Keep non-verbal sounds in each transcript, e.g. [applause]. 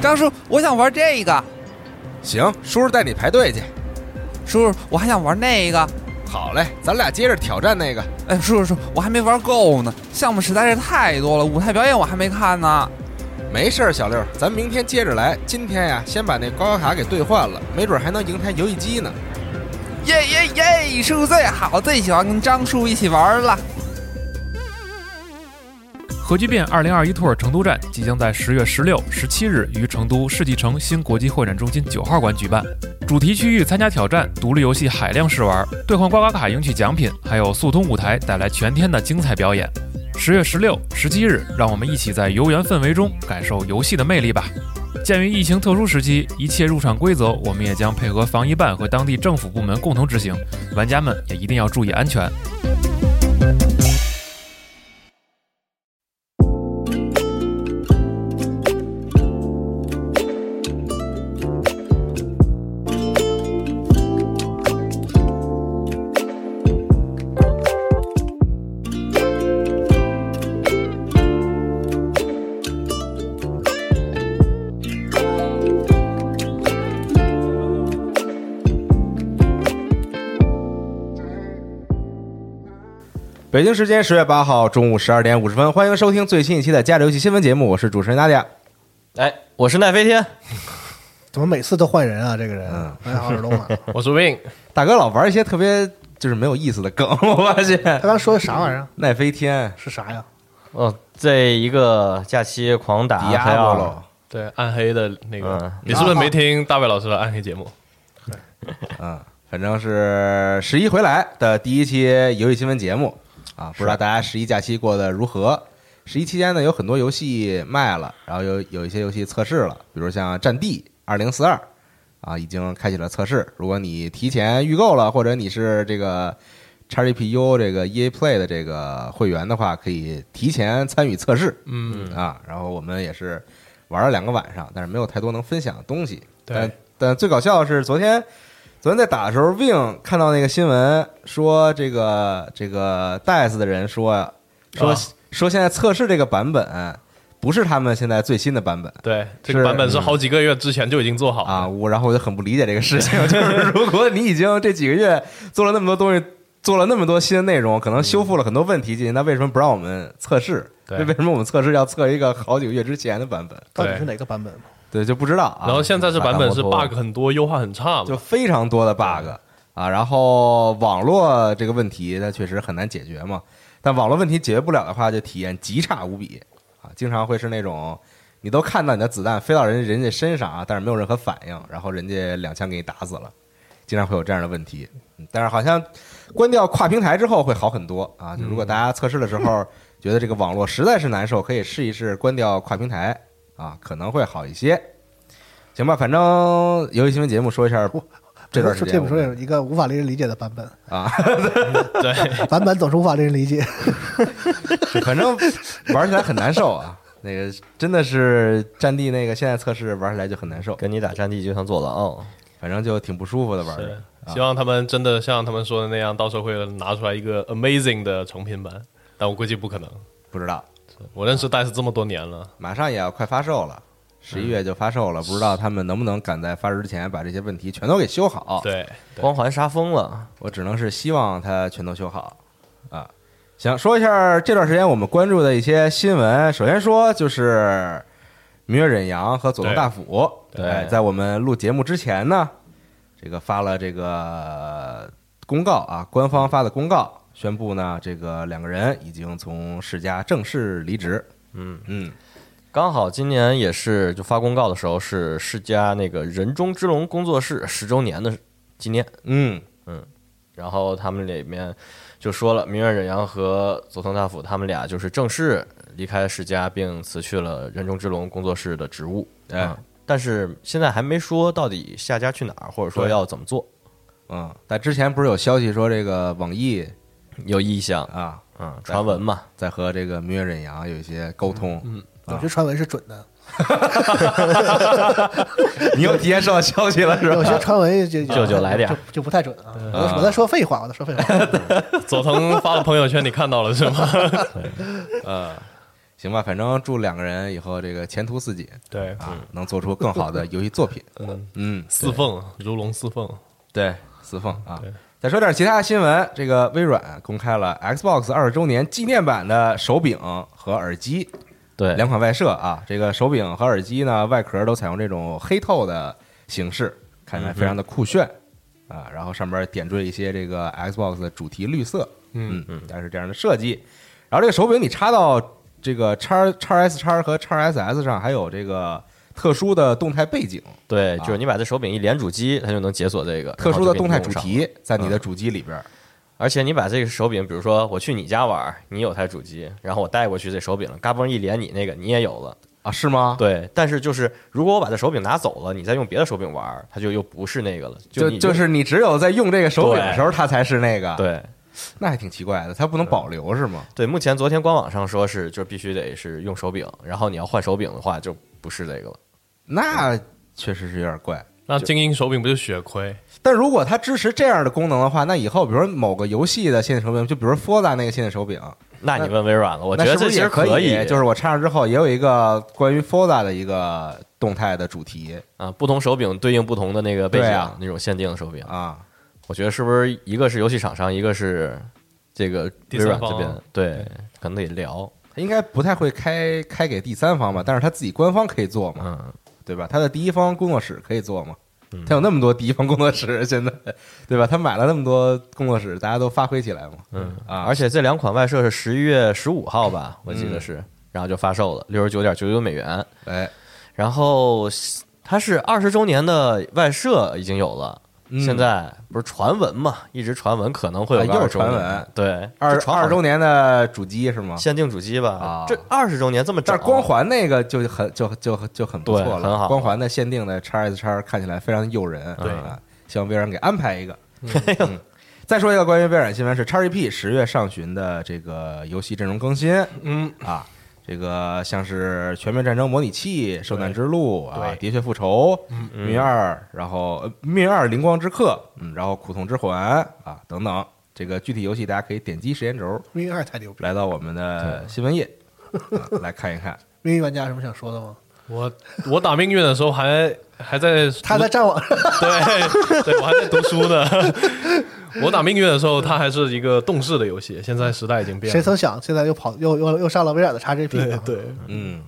张叔，我想玩这个。行，叔叔带你排队去。叔叔，我还想玩那个。好嘞，咱俩接着挑战那个。哎，叔叔叔，我还没玩够呢，项目实在是太多了，舞台表演我还没看呢。没事儿，小六，咱明天接着来。今天呀，先把那高考卡给兑换了，没准还能赢台游戏机呢。耶耶耶！叔叔最好，最喜欢跟张叔一起玩了。核聚变二零二一兔儿成都站即将在十月十六、十七日于成都世纪城新国际会展中心九号馆举办。主题区域参加挑战，独立游戏海量试玩，兑换刮刮卡赢取奖品，还有速通舞台带来全天的精彩表演。十月十六、十七日，让我们一起在游园氛围中感受游戏的魅力吧。鉴于疫情特殊时期，一切入场规则我们也将配合防疫办和当地政府部门共同执行，玩家们也一定要注意安全。北京时间十月八号中午十二点五十分，欢迎收听最新一期的《家里游戏新闻》节目，我是主持人大家。哎，我是奈飞天，怎么每次都换人啊？这个人，哎，好耳聋啊！我是 Win，大哥老玩一些特别就是没有意思的梗， [laughs] 我发他现。刚说的啥玩意儿？奈飞天、是啥呀？哦，这一个假期狂打迪亚还波要罗，对，暗黑的那个，嗯你是不是没听大卫老师的暗黑节目？嗯，反正是十一回来的第一期游戏新闻节目啊，不知道大家十一假期过得如何？十一期间呢，有很多游戏卖了，然后有有一些游戏测试了，比如像《战地二零四二》啊，已经开启了测试。如果你提前预购了，或者你是这个 XGPU 这个 EA Play 的这个会员的话，可以提前参与测试。嗯，啊，然后我们也是玩了两个晚上，但是没有太多能分享的东西。对但但最搞笑的是昨天，昨天在打的时候，Wing 看到那个新闻说，这个这个 DICE 的人说说、啊说现在测试这个版本不是他们现在最新的版本。对，这个版本是好几个月之前就已经做好啊，了。我然后我就很不理解这个事情， [laughs] 就是如果你已经这几个月做了那么多东西，做了那么多新的内容，可能修复了很多问题进去，那为什么不让我们测试？对为什么我们测试要测一个好几个月之前的版本？到底是哪个版本？对，就不知道、啊。然后现在这版本是反反 bug 很多，优化很差就嘛。非常多的 bug 啊，然后网络这个问题它确实很难解决嘛，但网络问题解决不了的话，就体验极差无比啊，经常会是那种你都看到你的子弹飞到人人家身上啊，但是没有任何反应，然后人家两枪给你打死了，经常会有这样的问题。嗯但是好像关掉跨平台之后会好很多啊，就如果嗯大家测试的时候觉得这个网络实在是难受，可以试一试关掉跨平台啊，可能会好一些。行吧，反正游戏新闻节目说一下这段时说间这本书有一个无法令人理解的版本，啊， [laughs] 对，版本总是无法令人理解。反正玩起来很难受啊。那个真的是战地那个现在测试玩起来就很难受，跟你打战地就像坐牢，反正就挺不舒服的玩是着。希望他们真的像他们说的那样，到时候会拿出来一个 amazing 的成品版，但我估计不可能。不知道我认识戴斯这么多年了，马上也要快发售了，十一月就发售了，不知道他们能不能赶在发售之前把这些问题全都给修好。对，光环杀疯了，我只能是希望它全都修好啊。行，说一下这段时间我们关注的一些新闻。首先说就是明月忍阳和佐藤大辅，对哎在我们录节目之前呢，这个发了这个公告啊，官方发的公告，宣布呢，这个两个人已经从世家正式离职。嗯嗯，刚好今年也是就发公告的时候是世嘉那个人中之龙工作室十周年的纪念，嗯，然后他们里面就说了，明月忍阳和佐藤大辅他们俩就是正式离开世嘉，并辞去了人中之龙工作室的职务。哎嗯但是现在还没说到底下家去哪儿，或者说对要怎么做，嗯，但之前不是有消息说这个网易有意向，啊，嗯，传闻 [laughs] 嘛，在和这个明月忍阳有一些沟嗯通，有些传闻是准的，你又提前收到消息了是吧？有些传闻就 [laughs] 就就来点儿就就不太准啊。我我在说废话，我在说废话。 [laughs] 佐藤发了朋友圈，你看到了是吗？行吧，反正祝两个人以后这个前途似锦对，啊，能做出更好的游戏作品。嗯，嗯，四凤如龙四凤，对四凤啊对。再说点其他新闻，这个微软公开了 Xbox 二十周年纪念版的手柄和耳机对，两款外设啊。这个手柄和耳机呢，外壳都采用这种黑透的形式，看起来非常的酷炫啊。然后上面点缀一些这个 Xbox 的主题绿色，嗯嗯，大概是这样的设计。然后这个手柄你插到这个叉叉 S 叉和叉 SS 上，还有这个特殊的动态背景，对，啊就是你把这手柄一连主机，它就能解锁这个特殊的动态主。然后就给你用上了题在你的主机里边。而且你把这个手柄，比如说我去你家玩儿，你有台主机，然后我带过去这手柄，嘎嘣一连你那个你也有了。啊，是吗？对，但是就是如果我把这手柄拿走了，你再用别的手柄玩儿，它就又不是那个了，就你就是你只有在用这个手柄的对时候，它才是那个。，对。那还挺奇怪的，它不能保留是吗？对，目前昨天官网上说是，就是必须得是用手柄，然后你要换手柄的话，就不是这个了。那确实是有点怪。那精英手柄不就血亏？但如果它支持这样的功能的话，那以后比如说某个游戏的限定手柄，就比如说 Forza 那个限定手柄，那你问微软了，我那觉是不得这是其实也可以，就是我插上之后也有一个关于 Forza 的一个动态的主题啊，不同手柄对应不同的那个背景、对啊那种限定的手柄，啊。我觉得是不是一个是游戏厂商，一个是这个第微三软方这边，对，可能得聊。它应该不太会开开给第三方吧，但是它自己官方可以做嘛。嗯，对吧？他的第一方工作室可以做吗？他有那么多第一方工作室，现在对吧？他买了那么多工作室，大家都发挥起来嘛。嗯啊，而且这两款外设是十一月十五号吧，我嗯记得是，然后就发售了，六十九点九九美元。哎，然后它是二十周年的外设已经有了。嗯现在不是传闻嘛，一直传闻可能会有啊个又20周年传闻，对，二这传二好十周年的主机是吗？限定主机吧，啊这二十周年这么但整，啊是光环那个就很就就就很不错对很了，好光环的限定的 x S x 看起来非常诱人，对啊，希望微软给安排一个。嗯再说一个关于微软新闻是 x g p 十月上旬的这个游戏阵容更新，嗯啊，这个像是《全面战争模拟器》《受难之路》啊，《对喋血复仇》《嗯命运二》，然后呃《命运二：灵光之客》，嗯，然后《苦痛之环》啊等等。这个具体游戏大家可以点击时间轴命运二太牛逼了，来到我们的新闻页、啊来看一看。命运玩家有什么想说的吗？我我打命运的时候还还在他在战网，对对，我还在读书呢。 [laughs] 我打命运的时候，它还是一个动视的游戏，现在时代已经变谁了。曾想现在又跑 [laughs] 又又又上了微软的 XGP，对啊对，嗯，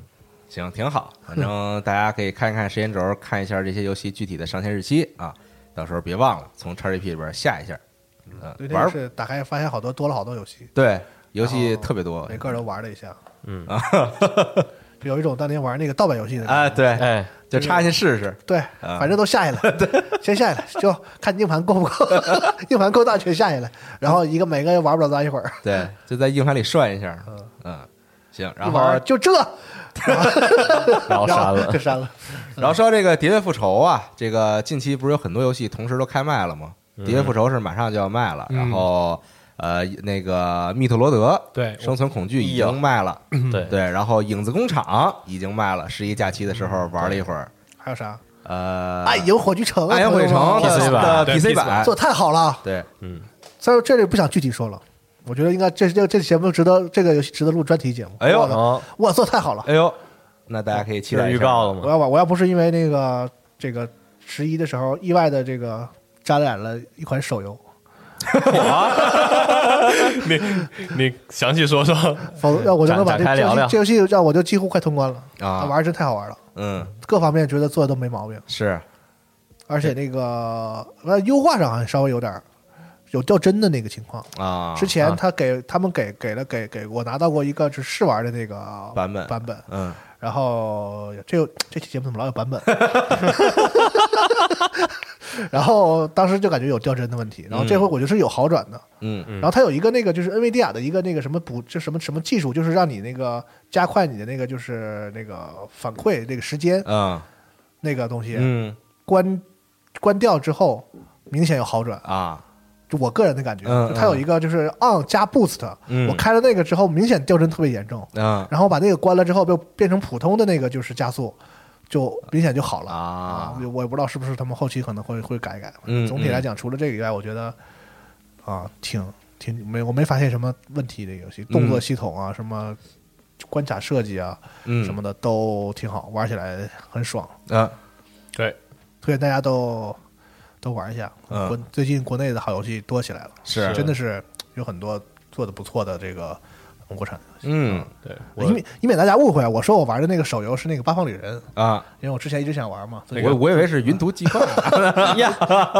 行，挺 [laughs] 好。反正大家可以看一看时间轴，看一下这些游戏具体的上线日期啊。到时候别忘了从 XGP 里边下一下。呃嗯对，玩儿那个是打开发现好多多了好多游戏，对游戏然后特别多每个都玩了一下，嗯啊， [laughs] 有一种当年玩那个盗版游戏的感觉啊，对，哎，就插进去试试。对，啊反正都下下 [laughs] 来，对，先下下来，就看硬盘够不够，硬盘够大全下下来，然后一个每个也玩不了多大一会儿，对，就在硬盘里涮一下。嗯，行。然一后，玩就这， [laughs] 然后然删后了就，删了，然后说这个《喋血复仇》啊，这个近期不是有很多游戏同时都开卖了吗？嗯《喋血复仇》是马上就要卖了，然后呃，那个《密特罗德》对《生存恐惧》已哎经呦卖了，对对，然后《影子工厂》已经卖了，十一假期的时候玩了一会儿。还有啥？呃，暗影火炬城啊，暗影朋毁友们哎城哎的 PC 版的对 PC PC 版版，啊做的太好了，对，在这里不想具体说了，我觉得应该这这这节目值得这个游戏值得录专题节目，哎呦我的哦，哇，做得太好了，哎呦，那大家可以期这待是一预下告了 [laughs] 我吗？要玩，我要不是因为那个这个十一的时候意外的这个沾染了一款手游，你 [laughs] 你详细说说，否则我就能把这哎展展开聊聊这游戏这游戏让我就几乎快通关了，啊玩儿真太好玩了，嗯，各方面觉得做的都没毛病，是而且那个呃优化上好像稍微有点儿有掉帧的那个情况。啊，之前他给他们给给了给给我拿到过一个是试玩的那个版本版本，嗯，然后这个这期节目怎么老 [laughs] 有版本？然后当时就感觉有掉帧的问题，然后这回我觉得是有好转的。嗯然后它有一个那个就是 NVIDIA 的一个那个什么补，就什么什么技术，就是让你那个加快你的那个就是那个反馈那个时间嗯那个东西，嗯关关掉之后明显有好转。啊，就我个人的感觉，嗯就它有一个就是 on 加 boost，、嗯我开了那个之后明显掉帧特别严重，嗯然后把那个关了之后，变变成普通的那个就是加速，就明显就好了啊我我也不知道是不是他们后期可能会会改一改。嗯总体来讲，除了这个以外，我觉得啊，挺挺没我没发现什么问题。这个游戏动作系统啊，什么关卡设计啊嗯什么的都挺好，玩起来很爽，啊，对，推荐大家都都玩一下。嗯国最近国内的好游戏多起来了，是真的是有很多做的不错的这个国产游戏。嗯对我以免以免大家误会啊，我说我玩的那个手游是那个《八方旅人》，啊，因为我之前一直想玩嘛，所以我我以为是云图计划，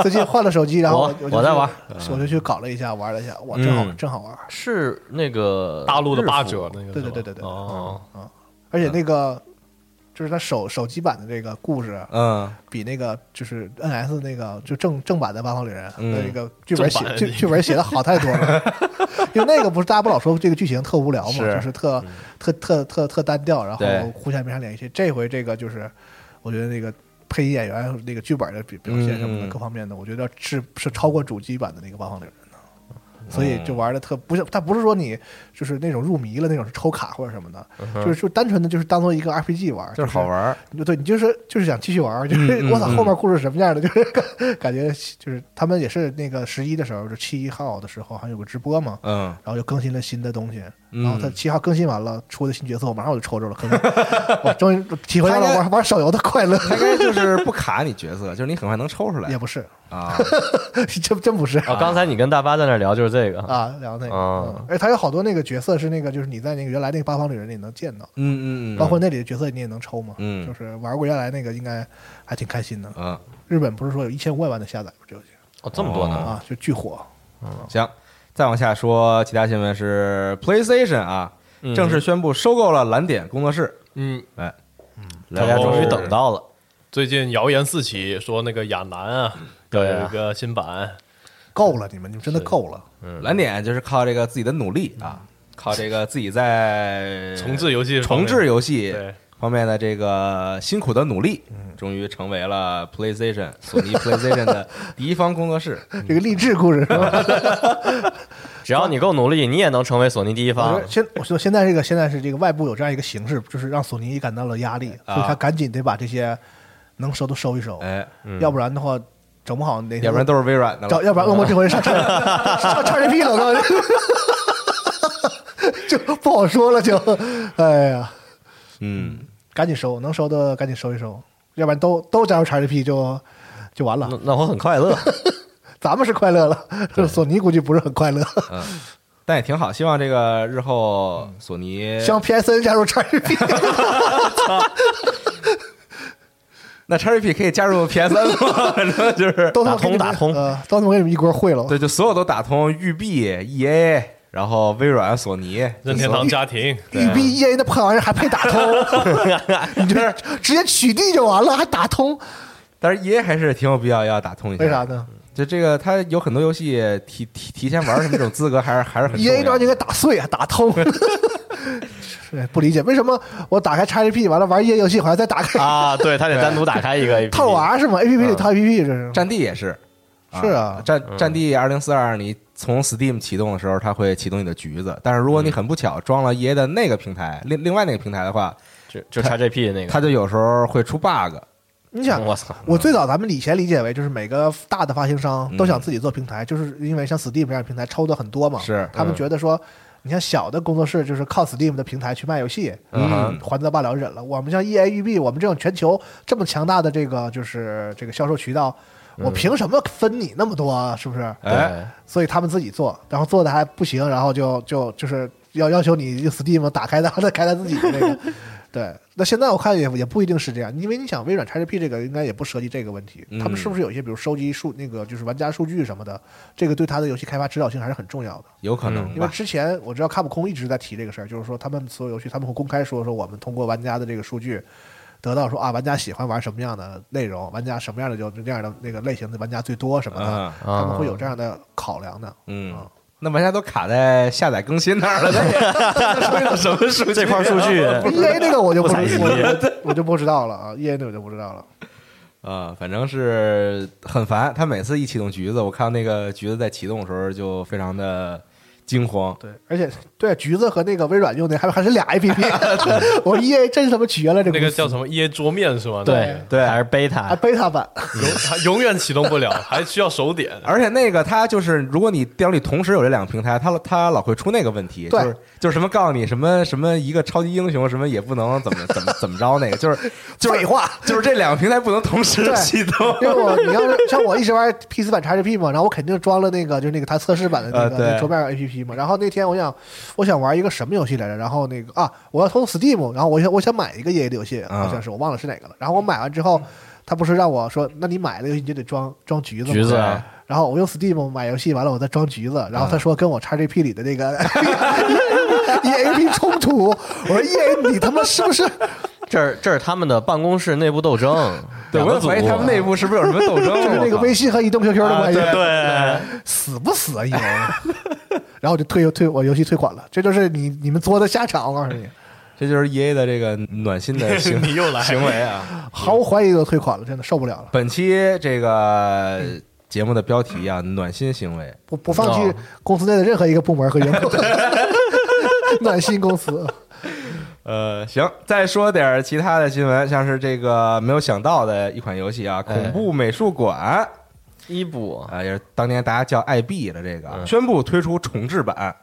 最近换了手机，然后我我就我在玩，我就去搞了一下，玩了一下，哇，真好，嗯真好玩。是那个大陆的日服八折那个对对是吧对对对哦，嗯而且那个就是它手手机版的这个故事，啊嗯比那个就是 NS 那个就正正版的《八方旅人》嗯的那个剧本正写版的剧那个剧本写的好太多了。 [laughs] 因为那个不是大家不老说这个剧情特无聊嘛，是就是特特特特特单调，然后对互相没啥联系。这回这个就是，我觉得那个配音演员那个剧本的表表现什么的嗯各方面的，我觉得是是超过主机版的那个《八方旅人》的。嗯所以就玩的特不是，它不是说你就是那种入迷了那种是抽卡或者什么的，就是就单纯的就是当做一个 RPG 玩，嗯就是好玩儿，对你就是就是想继续玩儿，就是嗯嗯我操嗯后面故事是什么样的， [laughs] 就是感感觉就是他们也是那个十一的时候，就七号的时候好像有个直播嘛，嗯然后就更新了新的东西，嗯然后他七号更新完了出的新角色，我马上我就抽着了，可能我 [laughs] 终于体会到了他应该玩玩手游的快乐，它应该就是不卡你角色，就是你很快能抽出来也不是， [laughs] 啊，真真不是啊哦，刚才你跟大巴在那儿聊就是这个，嗯嗯啊，然后那个，啊嗯而且他有好多那个角色是那个就是你在那个原来那个八方旅人里能见到，嗯嗯嗯，包括那里的角色你也能抽嘛，嗯就是玩过原来那个应该还挺开心的。嗯日本不是说有一千五百万的下载吗？这游戏哦，这么多呢，啊，就巨火。行，再往下说，其他新闻是 PlayStation 啊，嗯正式宣布收购了蓝点工作室。嗯，大家终于等到了，最近谣言四起，说那个亚楠啊， [laughs] 要对啊有一个新版，够了，你们，你们真的够了。嗯蓝点就是靠这个自己的努力啊，靠这个自己在 [laughs] 重置游戏方重面，置游戏对嗯方面的这个辛苦的努力，终于成为了 PlayStation 索尼 PlayStation [laughs] 的第一方工作室。这个励志故事是吧？ [laughs] 只要你够努力，你也能成为索尼第一我方说。现我说现在这个现在是这个外部有这样一个形式，就是让索尼感到了压力，所以他赶紧得把这些能收都收一收，啊哎，要不然的话，整不好哪天要不然都是微软的找了。要不然恶魔这回上叉上叉 GP 了，我告诉你， [laughs] 就不好说了，就哎呀，嗯，赶紧收，能收的赶紧收一收，要不然都都加入叉 GP 就就完了那。那我很快乐，咱们是快乐了， [laughs] 索尼估计不是很快乐。但也挺好，希望这个日嗯后索呃尼像 PSN 加入叉 [laughs] GP，那 XGP 可以加入 PS [laughs] 三吗？反正就是都他打妈给通你们打通呃，都他妈给你们一锅烩了。对，就所有都打通，育碧、EA，然后微软、索尼、任天堂家庭， [laughs] 育碧 EA 那破玩意儿还配打 [laughs] 通？你这直接取缔就完了，还打通？但是 EA 还是挺有必要要打通一下。为啥？呢就这个，它有很多游戏提提提前玩什么这种资格，还是还是很重？EA 这要玩意儿应的。该打碎啊，打通。 [laughs] 是不理解为什么我打开 XGP 完了玩 EA 游戏，好像再打开啊！对他得单独打开一个 APP [laughs] 套娃是吗？APP 嗯里套 APP 这是。战地也是，是啊战嗯战地二零四二，你从 Steam 启动的时候，它会启动你的橘子，但是如果嗯你很不巧装了 EA 的那个平台，另另外那个平台的话，就就 XGP 那个，它就有时候会出 bug。你想，我操，我最早咱们以前理解为就是每个大的发行嗯商都想自己做平台，就是因为像 Steam 这样的平台抽的很多嘛，是嗯他们觉得说，你像小的工作室就是靠 Steam 的平台去卖游戏，嗯还则罢了忍了。我们像 EA、育碧，我们这种全球这么强大的这个就是这个销售渠道，我凭什么分你那么多啊？是不是？嗯哎，所以他们自己做，然后做的还不行，然后就就就是要要求你用 Steam 打开它，再开它自己的 [laughs] 那个。对，那现在我看也也不一定是这样，因为你想，微软 XGP 这个应该也不涉及这个问题，嗯他们是不是有一些比如收集数那个就是玩家数据什么的，这个对他的游戏开发指导性还是很重要的。有可嗯能因为吧？之前我知道卡普空一直在提这个事儿，就是说他们所有游戏他们会公开说说我们通过玩家的这个数据。得到说啊，玩家喜欢玩什么样的内容，玩家什么样的就这样的那个类型的玩家最多什么的，嗯他们会有这样的考量的。嗯，那玩家都卡在下载更新那儿了，那也 [laughs] 什么数据？这块数据 E A 那个我就不不知采我信就我就不知道了啊，E A 那个我就不知道了。啊、反正是很烦。他每次一启动橘子，我看到那个橘子在启动的时候就非常的惊慌，对，而且对橘子和那个微软用的还还是俩 A P P，我 E A 真是他妈绝了，这那个叫什么么 EA 桌面是吗？ [laughs] 对对还是啊 beta， beta 版，那个永还永远启动 [laughs] 不了，还需要手点。而且那个它就是，如果你电脑里同时有这两个平台，它它老会出那个问题，就对是就是什么告诉你什么什么一个超级英雄什么也不能怎么怎么怎么着那个，就是就是 [laughs] 废话，就是这两个平台不能同时对启动。因为我你要是像我一直玩 PC 版 XGP 嘛，然后我肯定装了那个就是那个它测试版的那呃个、对那桌面 A P P 嘛。然后那天我想我想玩一个什么游戏来着，然后那个啊，我要从 Steam，然后我想我想买一个 EA 的游戏，嗯好像是我忘了是哪个了。然后我买完之后，他不是让我说，那你买了游戏你就得装装橘子吗橘子啊，然后我用 Steam 买游戏，完了我再装橘子，然后他说跟我 XGP 里的那个 [laughs] E A P 冲突，我说 E A 你他妈是不是？这儿这是他们的办公室内部斗争，对，我也怀疑他们内部部是不是有什么斗争？ [laughs] 就是那个我靠微信和移动 QQ 的关系，哦啊对死不死啊，一人。 [laughs] 然后我就退退我游戏退款了，这就是你你们作的下场。我告诉你，这就是 E A 的这个暖心的行 [laughs] 你又来行为啊！毫无怀疑都退款了，真的受不了了。本期这个节目的标题啊，暖心行为，不不放哦弃公司内的任何一个部门和员工， [laughs] 暖心公司。呃，行，再说点儿其他的新闻，像是这个没有想到的一款游戏哎啊，《恐怖美术馆》啊、一部，也是当年大家叫 IB 的这个啊，嗯宣布推出重制版，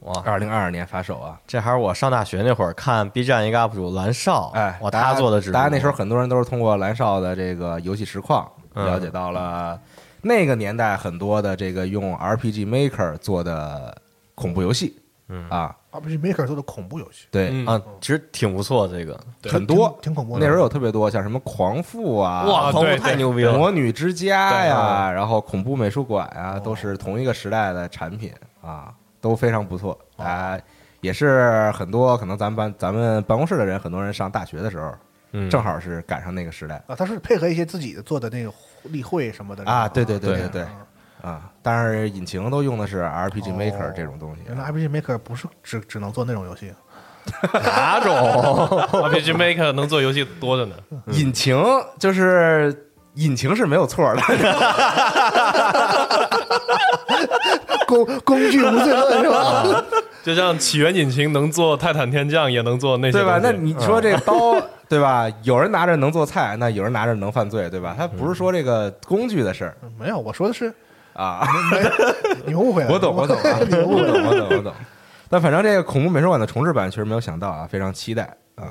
哇，二零二二年发售啊。这还是我上大学那会儿看 B 站一个 UP 主蓝少，哎，哦哇，大家他做的直播，大家那时候很多人都是通过蓝少的这个游戏实况嗯了解到了那个年代很多的这个用 RPG Maker 做的恐怖游戏，嗯啊， RPG Maker 做的恐怖游戏，对，嗯啊，其实挺不错这个，对很多。挺恐怖的。那时候有特别多，像什么狂妇啊，哇，狂对舞太对牛逼了，魔女之家对呀，啊然后恐怖美术馆啊，都是同一个时代的产品啊，都非常不错。啊，也是很多可能咱们班咱们办公室的人，很多人上大学的时候，嗯，正好是赶上那个时代啊，他是配合一些自己的做的那个例会什么的啊。对对对对对对啊，但是引擎都用的是 RPG 哦 Maker 这种东西啊原来 RPG Maker 不是只只能做那种游戏， [laughs] 哪种？ RPG 啊 Maker 能做游戏多着呢。引擎就是引擎是没有错 [laughs] 的，工工具无罪论是吧？就像起源引擎能做泰坦天降，也能做那些对嗯吧？那东西你说这刀，对吧？有人拿着能做菜，那有人拿着能犯罪，对吧？它不是说这个工具的事儿没有，我说的是啊。你们误会了。 [laughs] 我懂，我懂， [laughs] 啊你们我误会了。懂，我懂，我懂。但反正这个恐怖美术馆的重置版确实没有想到啊，非常期待啊、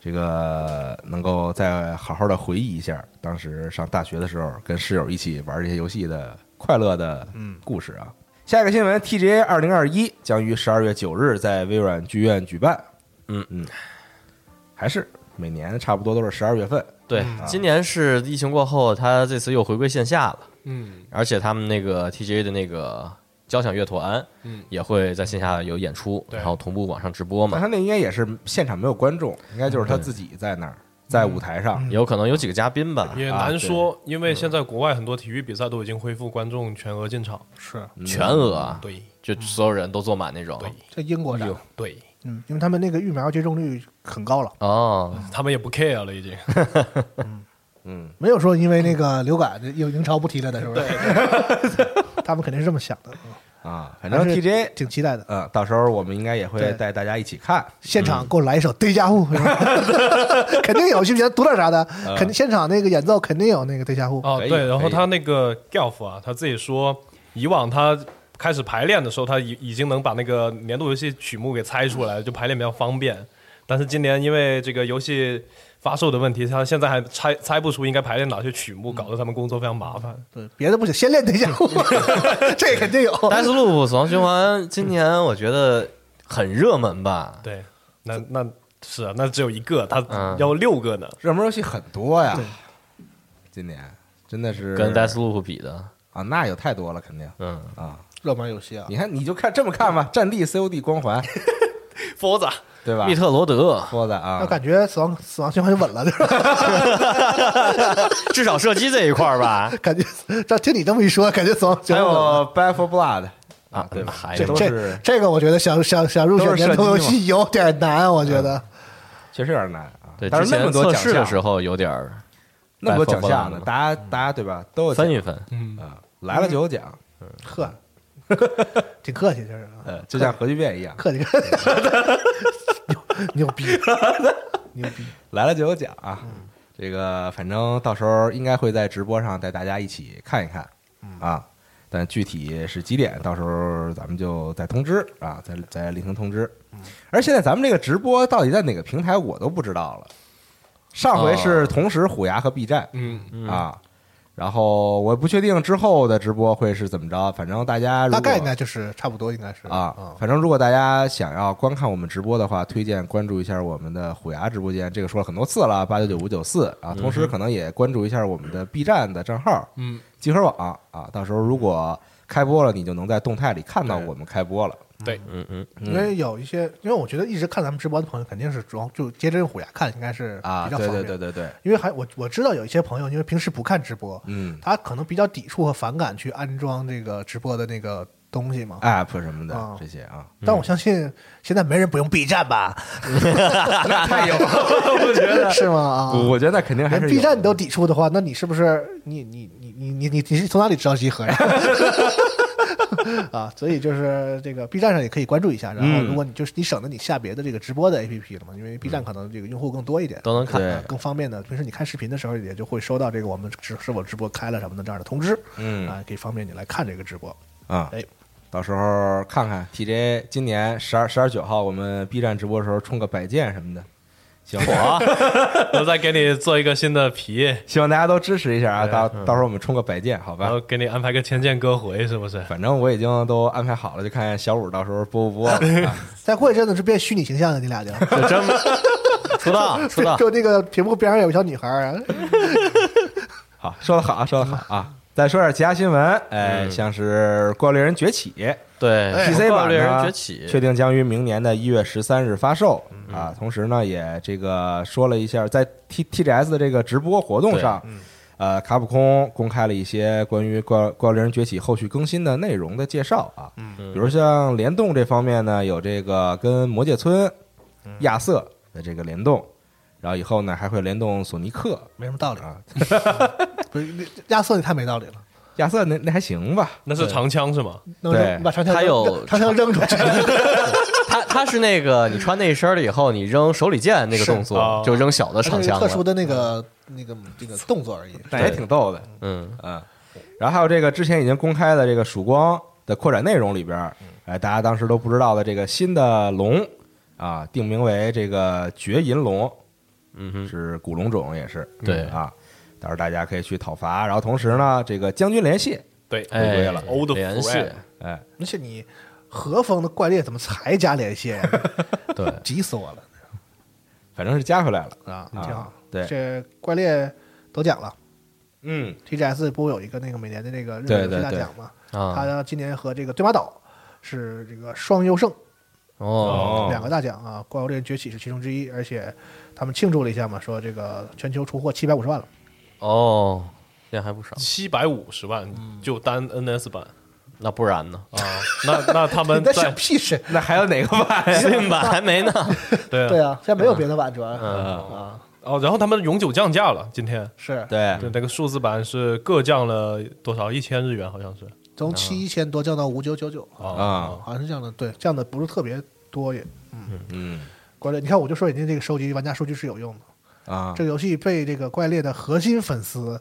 这个能够再好好的回忆一下当时上大学的时候跟室友一起玩这些游戏的快乐的故事啊。下一个新闻，TGA 二零二一将于十二月九日在微软剧院举办。嗯嗯，还是每年差不多都是十二月份。对，今年是疫情过后，他这次又回归线下了，嗯，而且他们那个 TGA 的那个交响乐团，嗯，也会在线下有演出，对然后同步网上直播嗯但嘛，他那应该也是现场没有观众，应该就是他自己在那儿，在舞台上。有可能有几个嘉宾啊吧，也难说，因为现在国外很多体育比赛都已经恢复观众全额进场，是全嗯额啊，对就所有人都坐满那种对，这英哎国的，对，嗯，因为他们那个疫苗接种率很高了，哦，他们也不 care 了，已经。没有说因为那个流感有英超不踢了的，是不是？ [laughs] 他们肯定是这么想的，啊，反正嗯还是 TJ 挺期待的。呃，到时候我们应该也会对带大家一起看。现场给我来一首《对家户》是吧， [laughs] 肯定有，信不信？读点啥的，嗯肯定现场那个演奏肯定有那个《对家户》。哦可，以对，然可后以他那个 Gelf 啊，他自己说，以往他开始排练的时候，他已已经能把那个年度游戏曲目给猜出来，就排练比较方便。但是今年因为这个游戏发售的问题，他现在还猜猜不出应该排练哪些曲嗯目，搞得他们工作非常麻烦。对，别的不行，先练《对家户》， [laughs] [laughs] 这肯定有。但是路普死亡循环今年我觉得很热门吧，对，那那是啊，那只有一个，他嗯要六个呢。热门游戏很多呀，今年真的是跟 Death Loop 比的，啊，那有太多了，肯定嗯啊。热门游戏啊，你看，你就看这么看吧，《战地》《COD》《光 [laughs] 环》， Forza 对吧密？特罗 [laughs] 德说的我啊，感觉死亡死亡循环就稳了，对吧？，至少射击这一块儿吧感觉这听你这么一说，感觉死亡循还环有稳了。 《Back for Blood》啊啊，对吧？还这有都哎这是这个，我觉得想想想入选年度啊游戏有点难，我觉得。确实有点难啊。对，但之是那前么多测奖试的项，时候有点儿那么多奖 Back 4项 Blood 呢，嘛大家大家对吧？都有三奖月份，嗯，啊，来了就有奖， [laughs] 呵，挺客气，就是啊呃，就像核聚变一样，客气客气，牛牛逼，牛逼，来了就有奖啊。嗯这个反正到时候应该会在直播上带大家一起看一看嗯啊，但具体是几点，到时候咱们就再通知啊，再再另行通知。嗯而现在咱们这个直播到底在哪个平台，我都不知道了。上回是同时虎牙和 B 站，嗯，啊，然后我不确定之后的直播会是怎么着，反正大 [laughs] 家如果大概应该就是差不多，应该是嗯啊，反正如果大家想要观看我们直播的话，推荐关注一下我们的虎牙直播间，这个说了很多次了，八九九五九四啊，同时可能也关注一下我们的 B 站的账号，嗯，集合网啊，到时候如果开播了，你就能在动态里看到我们开播了。嗯嗯，因为有一些，因为我觉得一直看咱们直播的朋友，肯定是主要就接着用虎牙看，应该是啊，比较对方对便。对对对，因为还我我知道有一些朋友，因为平时不看直播，嗯他可能比较抵触和反感去安装这个直播的那个东西嘛。 ，App 什么的啊这些啊，但我相信现在没人不用 B [laughs] 站吧？太有，我觉得，是吗？我啊，我觉得肯定还是连 B 有嗯站你都抵触的话，那你是不是你你你你你你你是从哪里知道集合呀？ [laughs] 啊，所以就是这个 B 站上也可以关注一下，然后嗯如果你就是你省得你下别的这个直播的 APP 了嘛，因为 B 站可能这个用户更多一点，啊都能看。对更方便的。平时你看视频的时候，也就会收到这个我们直是否直播开了什么的这样的通知，嗯啊，可以方便你来看这个直播。啊，哎，到时候看看 TJ 今年十二十二九号我们 B 站直播的时候冲个百件什么的，行，我再给你做一个新的皮，希望大家都支持一下啊！对嗯到到时候我们冲个百件，好然吧后？给你安排个千剑歌回，是不是？反正我已经都安排好了，就看小五到时候播不播了。啊再过一阵子是变虚拟形象了，你俩就就真出 [laughs] 道出道，就那个屏幕边上有个小女孩儿啊，好，说的好，说的好啊！再说点其他新闻，哎，像是《怪物猎人崛起》对 [laughs] PC 怪物版猎人呢崛起，嗯确定将于明年的一月十三日发售啊。同时呢，也这个说了一下，在 T TGS 的这个直播活动上，嗯呃，卡普空公开了一些关于《怪怪物猎人崛起》后续更新的内容的介绍啊。嗯比如像联动这方面呢，有这个跟魔界村、亚瑟的这个联动，然后以后呢还会联动索尼克没什么道理。啊。不是那亚瑟，你太没道理了。亚瑟那那还行吧，那是长枪是吗？那对你把长枪他有长枪扔出去， [laughs] 他他是那个你穿那一身儿了以后，你扔手里剑那个动是作哦，就扔小的它长是枪特殊了。的那个那个这个动作而已。但也对挺逗的。嗯，嗯，然后还有这个之前已经公开的这个曙光的扩展内容里边儿，嗯哎，大家当时都不知道的这个新的龙啊，定名为这个绝银龙，嗯哼，是古龙种，也是对啊。到时候大家可以去讨伐，然后同时呢，这个将军连线，对，回归哎了，old 联系， friend 哎，而且你和风的怪猎怎么才加连线呀？对，急死我了反正是加回来了啊！挺啊好，。对，这怪猎得奖了嗯， ，TGS 不有一个那个每年的那个日对本对最大对奖嘛？啊，他今年和这个对马岛是这个双优胜，哦哦，两个大奖啊，《怪物猎人崛起》是其中之一，而且他们庆祝了一下嘛，说这个全球出货七百五十万了，哦，这还不少，七百五十万就单 NS 版那不然呢？啊， [laughs] 那那他你们在想在屁事？那还有哪个版 [laughs] 呀？新版还没呢。对对啊，现在没有别的版，主要是嗯啊哦，然后他们永久降价了，今天是对，对那个数字版是各降了多少？一千日元好像是哦从七千多降到五九九九，啊 [laughs] 哦好像是降的，对，降的不是特别多也。嗯怪猎，你看我就说人家这个收集玩家数据是有用的，啊，这个游戏被这个怪猎的核心粉丝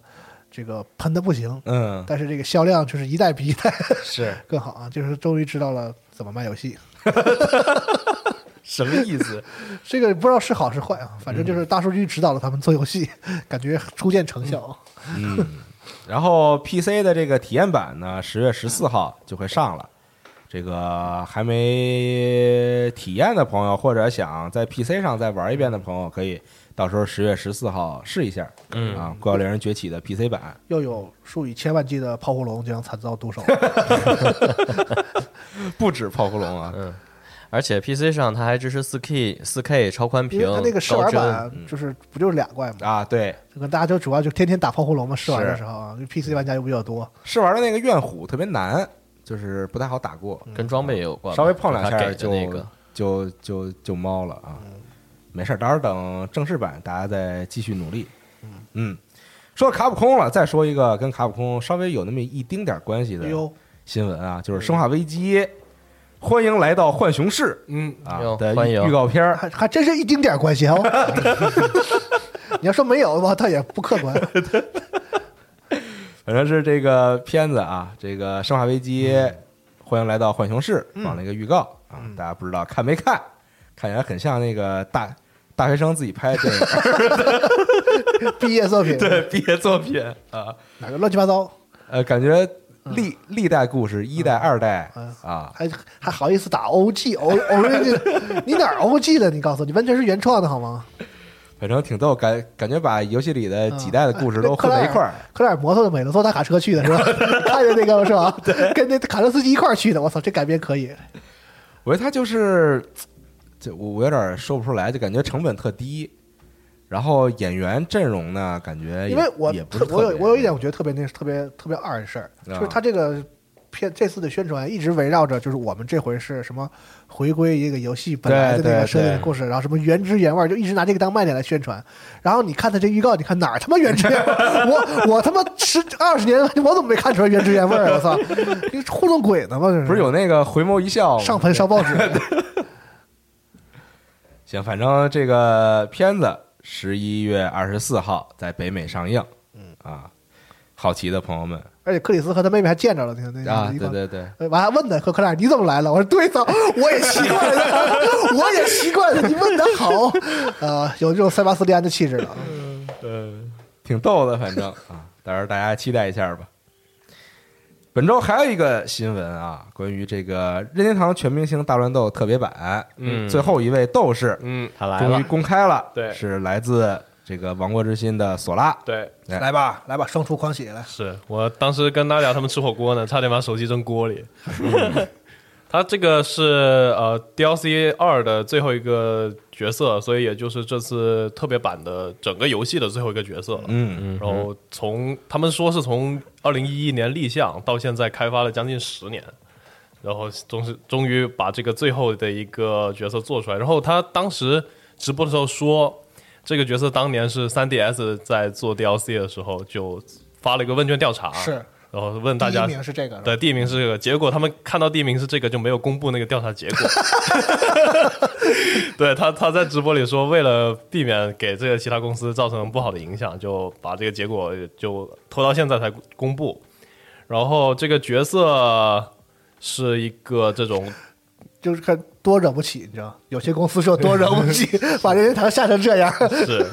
这个喷的不行，嗯但是这个销量就是一代比一代是 [laughs] 更好啊，就是终于知道了怎么卖游戏。什么意思？这个不知道是好是坏啊，反正嗯就是大数据指导了他们做游戏， [laughs] 感觉初见成效。然后 PC 的这个体验版呢，十月十四号就会上了。这个还没体验的朋友，或者想在 PC 上再玩一遍的朋友，可以到时候十月十四号试一下。嗯啊，《怪物猎人崛起》的 PC 版，又有数以千万计的炮火龙将惨遭 [laughs] 毒手，不止泡芙龙啊，而且 PC 上它还支持四 K 四 K 超宽因屏，为它那个试高玩帧，版就是不就是俩怪嘛，嗯啊，对，可能大家就主要就天天打炮火龙嘛，试玩的是时候啊因为，PC 玩家又比较多，试玩的那个怨虎特别难，就是不太好打过，跟装备也有关吧，稍微碰两它下给的就那个就就就猫了啊。嗯没事儿，到时候等正式版，大家再继续努力。嗯嗯，说到卡普空了，再说一个跟卡普空稍微有那么一丁点儿关系的哎呦，新闻啊，就是《生化危机》，欢迎来到浣熊市嗯，啊哟的欢迎预预告片儿，还还真是一丁点儿关 [laughs] 系哦。 [laughs] 你要说没有吧，倒也不客 [laughs] 观。反正是这个片子啊，这个《生化危机》，嗯欢迎来到浣熊市，放了一个预告啊，大家不知道看没看？看起来很像那个大大学生自己 [laughs] 拍的电影，毕业作品， [laughs] 对毕业作品啊，哪个乱七八糟，呃，感觉历历代故事一代、二代嗯啊，还还好意思打 OG O [laughs] OG，你哪儿 OG 的？你告诉我，你完全是原创的好吗？反正挺逗，感感觉把游戏里的几代的故事都混在一块儿。克莱尔摩托的美了，坐他卡车去的是吧？看着那个是吧？跟那卡车司机一块儿去的，我操，这改编可以。 [laughs] 我觉得他就是，这我我有点说不出来，就感觉成本特低，然后演员阵容呢，感觉也因为我哎也不特是特我有别嗯我有一点，我觉得特别那特别特别二的事儿，就是啊他这个片这次的宣传一直围绕着就是我们这回是什么回归一个游戏本来的对那个对设定的对故事，然后什么原汁原味儿，就一直拿这个当卖点来宣传。然后你看他这预告，你看哪儿他妈原汁原味儿？ [laughs] 我我他妈十二十年我怎么没看出来原汁原味儿啊？我操， [laughs] 你糊弄鬼呢吗？这不是有那个回眸一笑吗上坟烧报纸？ [laughs] 行，反正这个片子十一月二十四号在北美上映，嗯啊，好奇的朋友们而且克里斯和他妹妹还见着了，那那啊，那一对块儿对对，呃我还问他克克莱尔你怎么来了？我说对的，我也奇怪了， [laughs] 我也奇怪了，你问的好，呃，有这种塞巴斯蒂安的气质了。挺逗的，反 [laughs] 正啊，到时候大家期待一下吧。本周还有一个新闻啊，关于这个任天堂全明星大乱斗特别版，嗯最后一位斗士嗯，他来终于了，公开了，对是来自这个《王国之心》的索拉，对，哎来吧，来吧，双出狂喜来！是我当时跟娜俩他们吃火锅呢，差点把手机扔锅里。他这个是呃 DLC 二的最后一个角色，所以也就是这次特别版的整个游戏的最后一个角色了。嗯，然后从他们说是从二零一一年立项到现在开发了将近十年，然后终是终于把这个最后的一个角色做出来。然后他当时直播的时候说，这个角色当年是 3DS 在做 DLC 的时候就发了一个问卷调查，是，然后问第大一家名是这个，对，第一名是这个，结果他们看到第一名是这个，就没有公布那个调查结果。对他，他在直播里说，为了避免给这个其他公司造成不好的影响，就把这个结果就拖到现在才公布。然后这个角色是一个这种就是看多惹不起，你知道，有些公司说多惹不 [laughs] 起，把任天堂吓成这样。 [laughs] 是，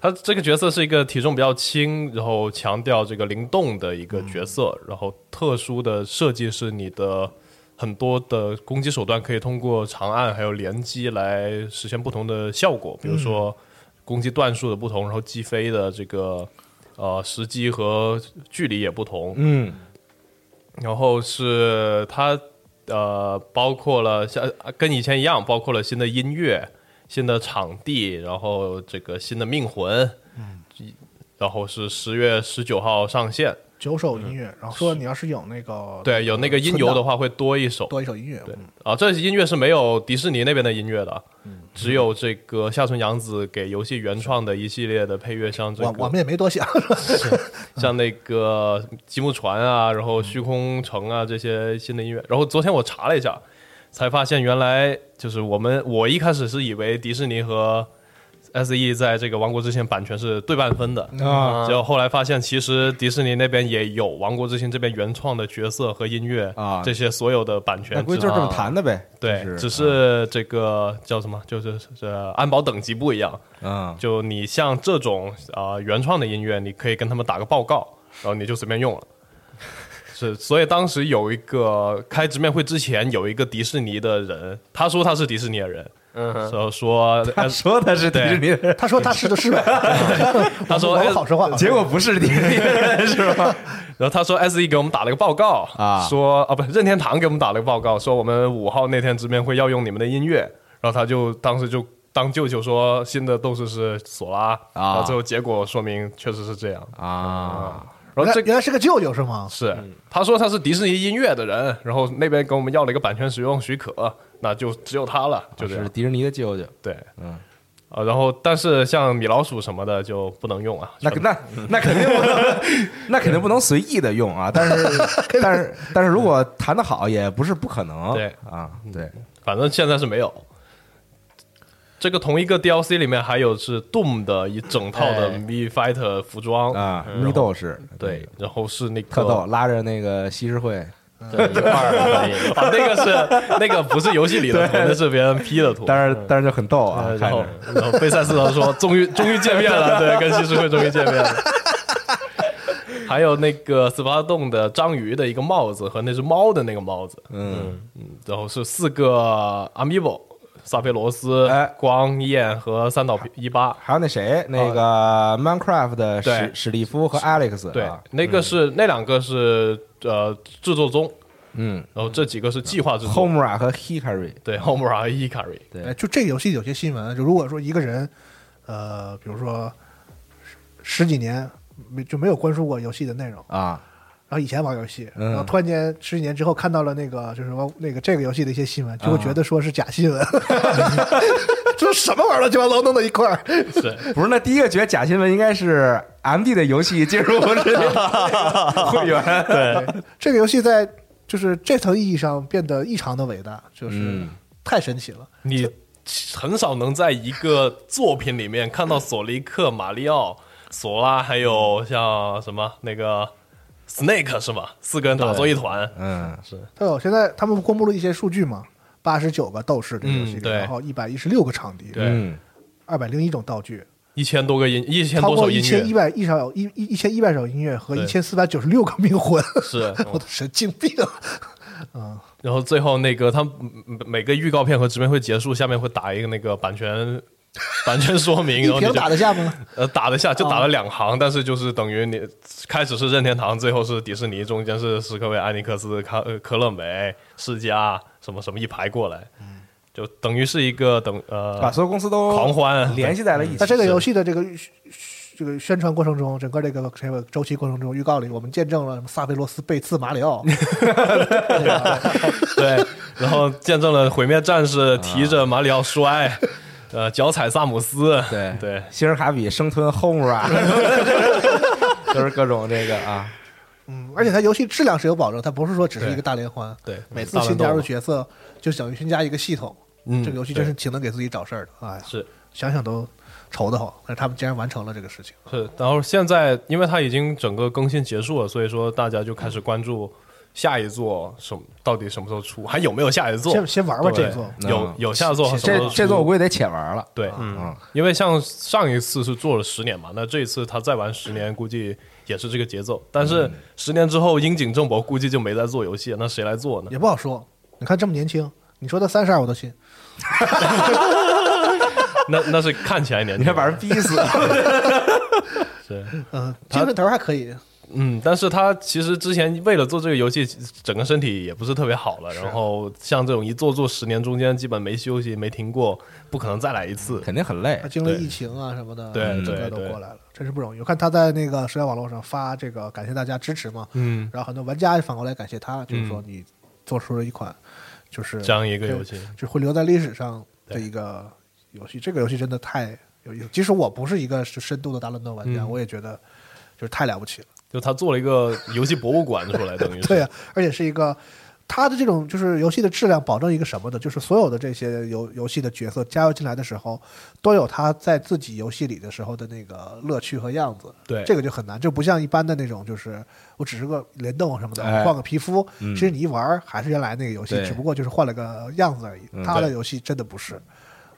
他这个角色是一个体重比较轻，然后强调这个灵动的一个角色，然后特殊的设计是你的很多的攻击手段可以通过长按还有连击来实现不同的效果，比如说攻击段数的不同，然后击飞的这个呃时机和距离也不同，嗯，然后是它呃包括了像呃跟以前一样，包括了新的音乐、新的场地，然后这个新的命魂，然后是十月十九号上线。九首音乐，然后说你要是有那个对，有那个音游的话会多一首哦多一首音乐，嗯对啊，这音乐是没有迪士尼那边的音乐的，只有这个下村洋子给游戏原创的一系列的配乐，像这我个我们也没多想， [laughs] 像那个积木船啊，然后虚空城啊这些新的音乐。然后昨天我查了一下，才发现原来就是我们我一开始是以为迪士尼和 SE 在这个《王国之心》版权是对半分的啊结果后来发现其实迪士尼那边也有《王国之心》这边原创的角色和音乐啊这些所有的版权那只，估计就是这么谈的呗，啊对，只啊是这个叫什么，就是这安保等级不一样。嗯，就你像这种啊、呃原创的音乐，你可以跟他们打个报告，然后你就随便 [laughs] 用了。是，所以当时有一个开直面会之前，有一个迪士尼的人，他说他是迪士尼的人，嗯哼然后说他说他是迪士尼 [laughs] 的人，他说他是就是呗，他说哎我们好说话，结果不是迪士尼的人是吧？然后他说 S E 给我们打了个报告啊说啊不任天堂给我们打了个报告，说我们五号那天直面会要用你们的音乐，然后他就当时就当舅舅说新的斗士是索拉，然后最后结果说明确实是这样，啊，然后这原来是个舅舅是吗？是，嗯他说他是迪士尼音乐的人，然后那边给我们要了一个版权使用许可，那就只有他了，就这啊是样。迪士尼的舅舅，对，嗯，呃，然后但是像米老鼠什么的就不能用啊，那全那那肯定不能， [laughs] 那肯定不能随意的用啊。但是但是但是如果弹得好，也不是不可能。对嗯啊，对，反正现在是没有。这个同一个 DLC 里面还有是 Doom 的一整套的哎 V Fighter 服装啊，然后咪斗士对，然后是那个特逗，拉着那个西施惠， [laughs] 对，一块儿可以。啊，那个是那个不是游戏 [laughs] 里的图，那是别人 P 的图。但是但是就很逗啊呃，看然后着，然后贝塞斯特说：“终于终于见面了，对，跟西施会终于见面了。” [laughs] 还有那个斯巴达洞的章鱼的一个帽子和那只猫的那个帽子，嗯，然后是四个 Amiibo，萨菲罗斯哎、光焰和三岛一八。还有那谁，那个 Minecraft 的史对史蒂夫和 Alex，对啊，那个是那两个是呃制作中，嗯然后这几个是计划制作。 ，Homura 和 Hikari，对 Homura 和 Ikari，对哎，就这个游戏有些新闻，就如果说一个人，呃，比如说十十几年没就没有关注过游戏的内容，啊，然后以前玩游戏，嗯然后突然间十几年之后看到了那个就是什么那个这个游戏的一些新闻，就会觉得说是假新闻，这什么玩意儿乱七八糟弄到一块儿，是不是，那第一个觉得假新闻应该是 MD 的游戏进入这个会员，这个游戏在就是这层意义上变得异常的伟大，就是嗯太神奇了。你很少能在一个作品里面看到索尼克、马里奥、索拉，还嗯有像什么那个 Snake 是吗？四个人打作一团，嗯，对，现在他们公布了一些数据嘛，八十九个斗士这个游戏嗯里，对然后一百一十六个场地，对嗯，二百零一种道具，一千多个音，一千超多首过一音千一乐，百一首一一一千一百首音乐和对哦一千四百九十六个命魂，是。 [laughs] 我的神经病！啊然后最后那个他们每每个预告片和直面会结束，下面会打一个那个版权。版权说明，一然后你屏就打得下吗？ [laughs] 呃打得下，就打了两行，但是就是等于你开始是任天堂，最后是迪士尼，中间是史克威、安尼克斯、卡呃科乐美、世嘉什么什么一排过来，就等于是一个等把呃所有公司都狂欢 [laughs] 联系在了一在起，嗯这个游戏的这个宣这个宣传过程中，整个这个这个周期过程中，预告里我们见证了什么萨菲罗斯背刺马里 [laughs] 奥，对，然后见证了毁灭战士提着马里奥摔， [laughs] 呃脚踩萨姆斯，对 [laughs] 对，希尔卡比生吞 Homura，就是各种这个啊，嗯，而且它游戏质量是有保证，它不是说只是一个大联欢，对每次大乱新加入斗角色就等于新加一个系统，嗯这个游戏真是挺能给自己找事儿的，哎呀，是想想都愁得慌，但是他们竟然完成了这个事情，是，呃然后现在因为它已经整个更新结束了，所以说大家就开始关注下一座什么到底什么时候出，还有没有下一座？先先玩玩对这座。有有下座和什么时这候出这座我估计得且玩了，对，嗯，因为像上一次是做了十年嘛，那这一次他再玩十年，估计也是这个节奏。但嗯是十年之后，樱井正博估计就没在做游戏了，那谁 [laughs] 来做呢？也不好说。你看这么年轻，你说他三十二我都信。那那是看起来年你轻看，把人逼死，是嗯、精神头儿还可以。嗯，但是他其实之前为了做这个游戏，整个身体也不是特别好了。然后像这种一做做十年，中间基本没休息、没停过，不可能再来一次。肯定很累他，经历对疫情啊什么的，对整对个都对过来了，真是不容易。我看他在那个社交网络上发这个感谢大家支持嘛，嗯，然后很多玩家也反过来感谢他，就是说你做出了一款就是这样一个游戏，就会留在历史上的一个游戏。这个游戏真的太有意思，即使我不是一个是深度的大乱斗玩家，嗯我也觉得就是太了不起了。就他做了一个游戏博物馆出来，等于 [laughs] 是对啊，而且是一个它的这种就是游戏的质量保证一个什么的，就是所有的这些游游戏的角色加入进来的时候，都有他在自己游戏里的时候的那个乐趣和样子。对这个就很难，就不像一般的那种，就是我只是个联动什么的，哎换个皮肤，其实你一玩儿还是原来那个游戏，对只不过就是换了个样子而已。他的对游戏真的不是。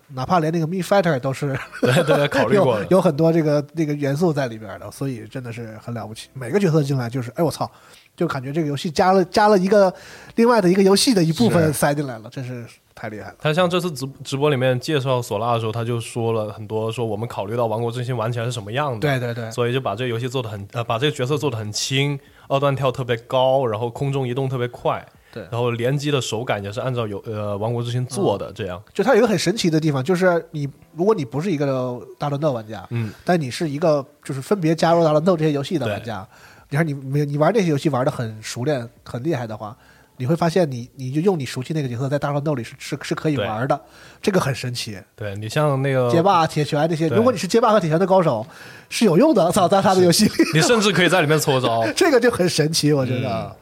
哪怕连那个 Me Fighter 都是 [laughs] 对对考虑过哎有了。有很多这个这个元素在里边的，所以真的是很了不起。每个角色进来就是，哎我操，就感觉这个游戏加了加了一个另外的一个游戏的一部分塞进来了，真是太厉害了。他像这次直直播里面介绍索拉的时候，他就说了很多，说我们考虑到《王国之心》玩起来是什么样的，对对对，所以就把这个游戏做的很呃，把这个角色做的很轻，二段跳特别高，然后空中移动特别快，对然后联机的手感也是按照游呃《王国之心》做的，这样就它有一个很神奇的地方，就是你如果你不是一个大乱斗玩家，嗯，但你是一个就是分别加入大乱斗这些游戏的玩家，你看你没你玩这些游戏玩的很熟练、很厉害的话，你会发现你你就用你熟悉那个角色在大乱斗里是是是可以对玩的，这个很神奇。对你像那个街，霸、铁拳这些，对如果你是街霸和铁拳的高手，是有用的。操，在他的游戏里， [laughs] 你甚至可以在里面搓招，这个就很神奇，我觉嗯得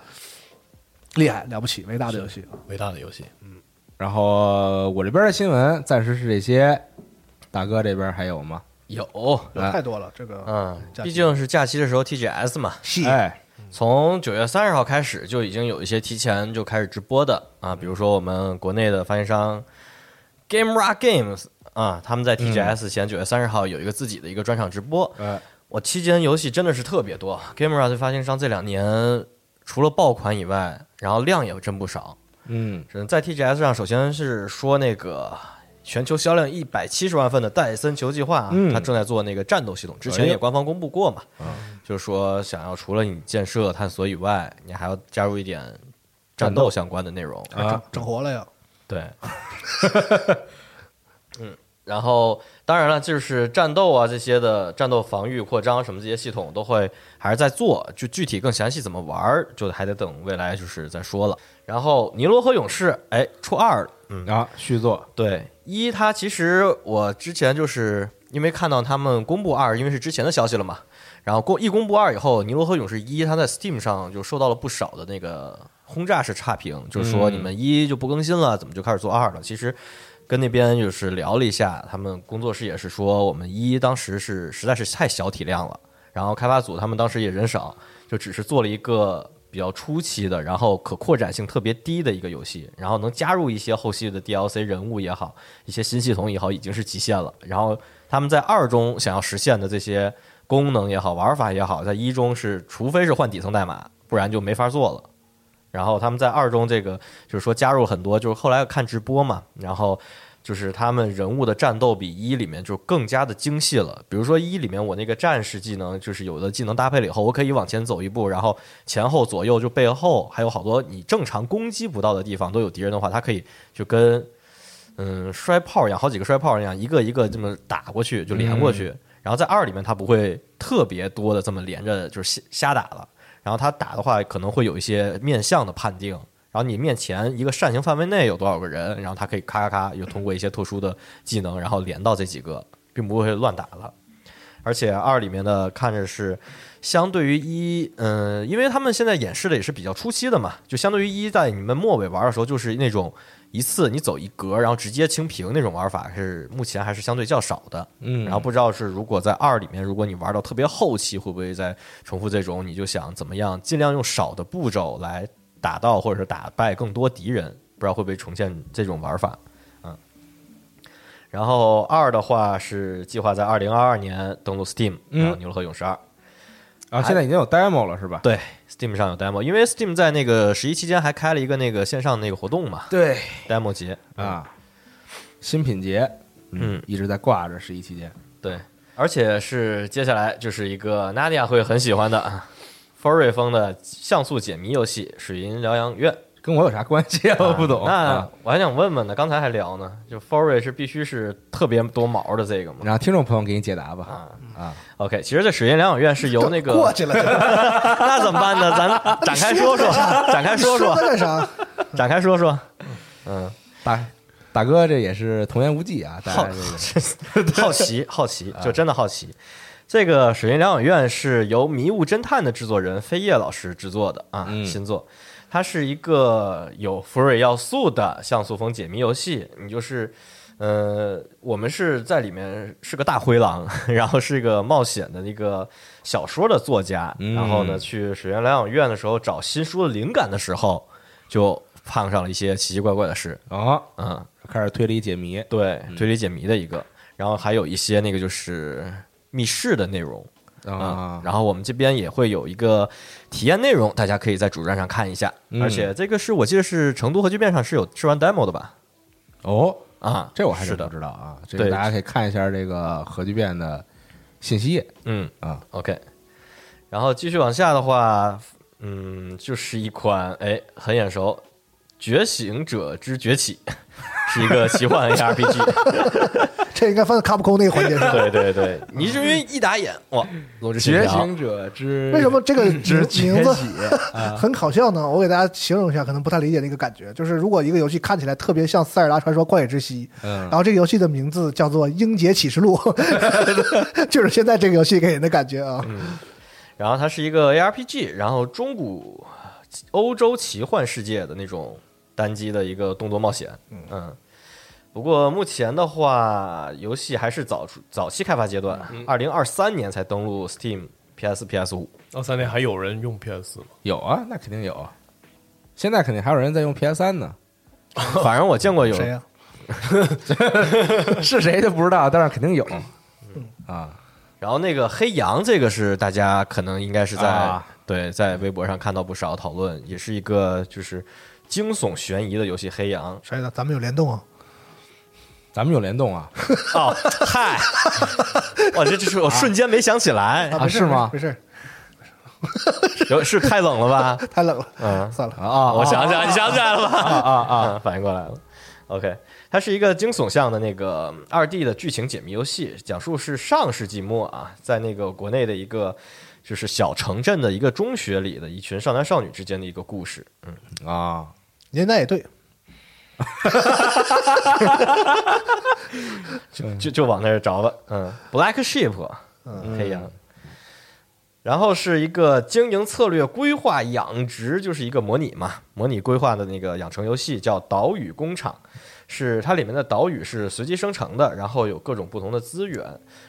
厉害了不起，伟大的游戏。伟大的游戏。然后我这边的新闻暂时是这些，大哥这边还有吗？有， [laughs] 有哎啊太多了，这个嗯，假期毕竟是假期的时候 TGS 嘛，戏哎，从九月三十号开始就已经有一些提前就开始直播的啊，比如说我们国内的发行商 Game Rock Games 啊，他们在 TGS 前九月三十号有一个自己的一个专场直播。哎我期间游戏真的是特别多，Game Rock 的发行商这两年除了爆款以外，然后量也真不少。嗯，只能在 TGS 上，首先是说那个。全球销量一百七十万份的戴森球计划、啊，嗯它正在做那个战斗系统，之前也官方公布过嘛，就是说想要除了你建设探索以外，你还要加入一点战斗相关的内容。哎整整活了呀！ [laughs] 对，嗯，然后当然了，就是战斗啊这些的战斗、防御、扩张什么这些系统都会还是在做，就具体更详细怎么玩儿，就还得等未来就是再说了。然后《尼罗河勇士》哎，初二了，嗯，啊，续作，对，一它其实我之前就是因为看到他们公布二，因为是之前的消息了嘛，然后公一公布二以后，《尼罗河勇士一》它在 Steam 上就受到了不少的那个轰炸式差评，就是说你们一就不更新了，怎么就开始做二了？其实。跟那边就是聊了一下，他们工作室也是说，我们一当时是实在是太小体量了，然后开发组他们当时也人少，就只是做了一个比较初期的，然后可扩展性特别低的一个游戏，然后能加入一些后续的 DLC 人物也好，一些新系统也好，已经是极限了。然后他们在二中想要实现的这些功能也好、玩法也好，在一中是除非是换底层代码，不然就没法做了。然后他们在二中这个就是说加入很多，就是后来看直播嘛，然后就是他们人物的战斗比一里面就更加的精细了。比如说一里面我那个战士技能，就是有的技能搭配了以后，我可以往前走一步，然后前后左右就背后，还有好多你正常攻击不到的地方都有敌人的话，他可以就跟嗯摔炮一样，好几个摔炮一样，一个一个这么打过去就连过去。然后在二里面，他不会特别多的这么连着就是瞎瞎打了。然后他打的话，可能会有一些面向的判定。然后你面前一个扇形范围内有多少个人，然后他可以咔咔咔，又通过一些特殊的技能，然后连到这几个，并不会乱打了。而且二里面的看着是相对于一，嗯，因为他们现在演示的也是比较初期的嘛，就相对于一在你们末尾玩的时候，就是那种一次你走一格，然后直接清屏那种玩法是目前还是相对较少的。嗯然后不知道是如果在二里面，如果你玩到特别后期，会不会再重复这种？你就想怎么样尽量用少的步骤来打到或者是打败更多敌人，不知道会不会重现这种玩法。嗯，然后二的话是计划在二零二二年登陆 Steam，嗯然后牛罗河勇士二。嗯啊，现在已经有 demo 了是吧？对，Steam 上有 demo，因为 Steam 在那个十一期间还开了一个那个线上那个活动嘛对， ，demo 节。啊，新品节，嗯，一直在挂着十一期间，对，而且是接下来就是一个 Nadia 会很喜欢的 Furry 风的像素解谜游戏《水银疗养院》。跟我有啥关系 [laughs] 啊？我不懂。那啊我还想问问呢，刚才还聊呢，就 Furry 是必须是特别多毛的这个吗？让听众朋友给你解答吧。啊啊， ，OK，其实这《水银疗养院》是由那个过去了，那怎么办呢？咱展开说说，展开 [laughs] 说说说它，干啥？展开说说。嗯，大大哥这也是童言无忌啊，大好家这个 [laughs] [laughs] 好奇，好奇，哎就真的好奇。这个《水银疗养院》是由《迷雾侦探》的制作人飞叶老师制作的啊，嗯新作。它是一个有福瑞要素的像素风解谜游戏，你就是。呃，我们是在里面是个大灰狼， [laughs] 然后是一个冒险的一个小说的作家，嗯然后呢，去水源疗养院的时候找新书的灵感的时候，就碰上了一些奇奇怪怪的事，哦，嗯，开始推理解谜。对，嗯推理解谜的一个，然后还有一些那个就是密室的内容啊嗯，然后我们这边也会有一个体验内容，大家可以在主站上看一下。嗯而且这个是我记得是成都核聚变上是有试玩 demo 的吧？哦，啊，这我还是真不的，知道啊。这对个大家可以看一下这个核聚变的信息页嗯啊。 ，OK。然后继续往下的话，嗯，就是一款哎很眼熟，《觉醒者之崛起》 [laughs] 是一个奇幻 [laughs] ARPG。这应该放在 Capcom 那个环节上。对对对，你是因为一打眼哇，罗志觉祥醒者之为什么这个名之崛名字起？啊 [laughs] 很搞笑呢，我给大家形容一下，可能不太理解那个感觉。就是如果一个游戏看起来特别像《塞尔达传说：旷野之息》，嗯然，后这个游戏的名字叫做《英杰启示 [laughs] 录》，就是现在这个游戏给人的感觉啊。然后它是一个 ARPG，然后中古欧洲奇幻世界的那种单机的一个动作冒险。嗯，不过目前的话，游戏还是早出早期开发阶段，二零二三年才登陆 Steam、PS、PS 五。二三年还有人用 PS 吗？有啊，那肯定有。现在肯定还有人在用 PS 三呢，反正我见过有谁呀、 [laughs] 是谁就不知道，但是肯定有。啊，然后那个黑羊，这个是大家可能应该是在、啊对在微博上看到不少讨论，也是一个就是惊悚悬疑的游戏。黑羊谁的？咱们有联动啊？咱们有联动啊？哦， [laughs] 嗨，哇，哦这这是我瞬间没想起来，啊，没事是吗没事，有是太冷了吧？太冷了，嗯，算了。 [laughs] 啊，我想起来，你想起来了吧？啊啊，啊，反应过来了。OK，它是一个惊悚向的那个二 D 的剧情解密游戏，讲述是上世纪末啊，在那个国内的一个就是小城镇的一个中学里的一群少男少女之间的一个故事。啊，您那也对，就就往那儿找吧。嗯，Black Sheep，嗯，黑羊。然后是一个经营策略规划养殖，就是一个模拟嘛，模拟规划的那个养成游戏叫《岛屿工厂》，是它里面的岛屿是随机生成的，然后有各种不同的资源，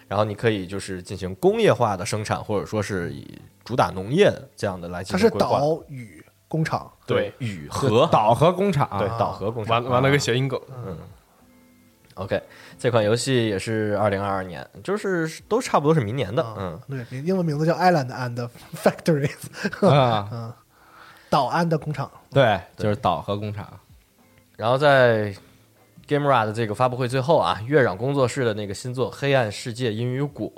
然后你可以就是进行工业化的生产，或者说是以主打农业这样的来进它行是规划。岛屿工厂，对，与和岛和工厂，对岛和工玩厂啊玩了个谐音梗， OK，这款游戏也是二零二二年，就是都差不多是明年的，嗯啊，对，英英文名字叫 Island and Factories，啊，嗯，岛安的工厂，对，就是岛和工厂。然后在 Gamera 的这个发布会最后啊，月壤工作室的那个新作《黑暗世界阴雨果》，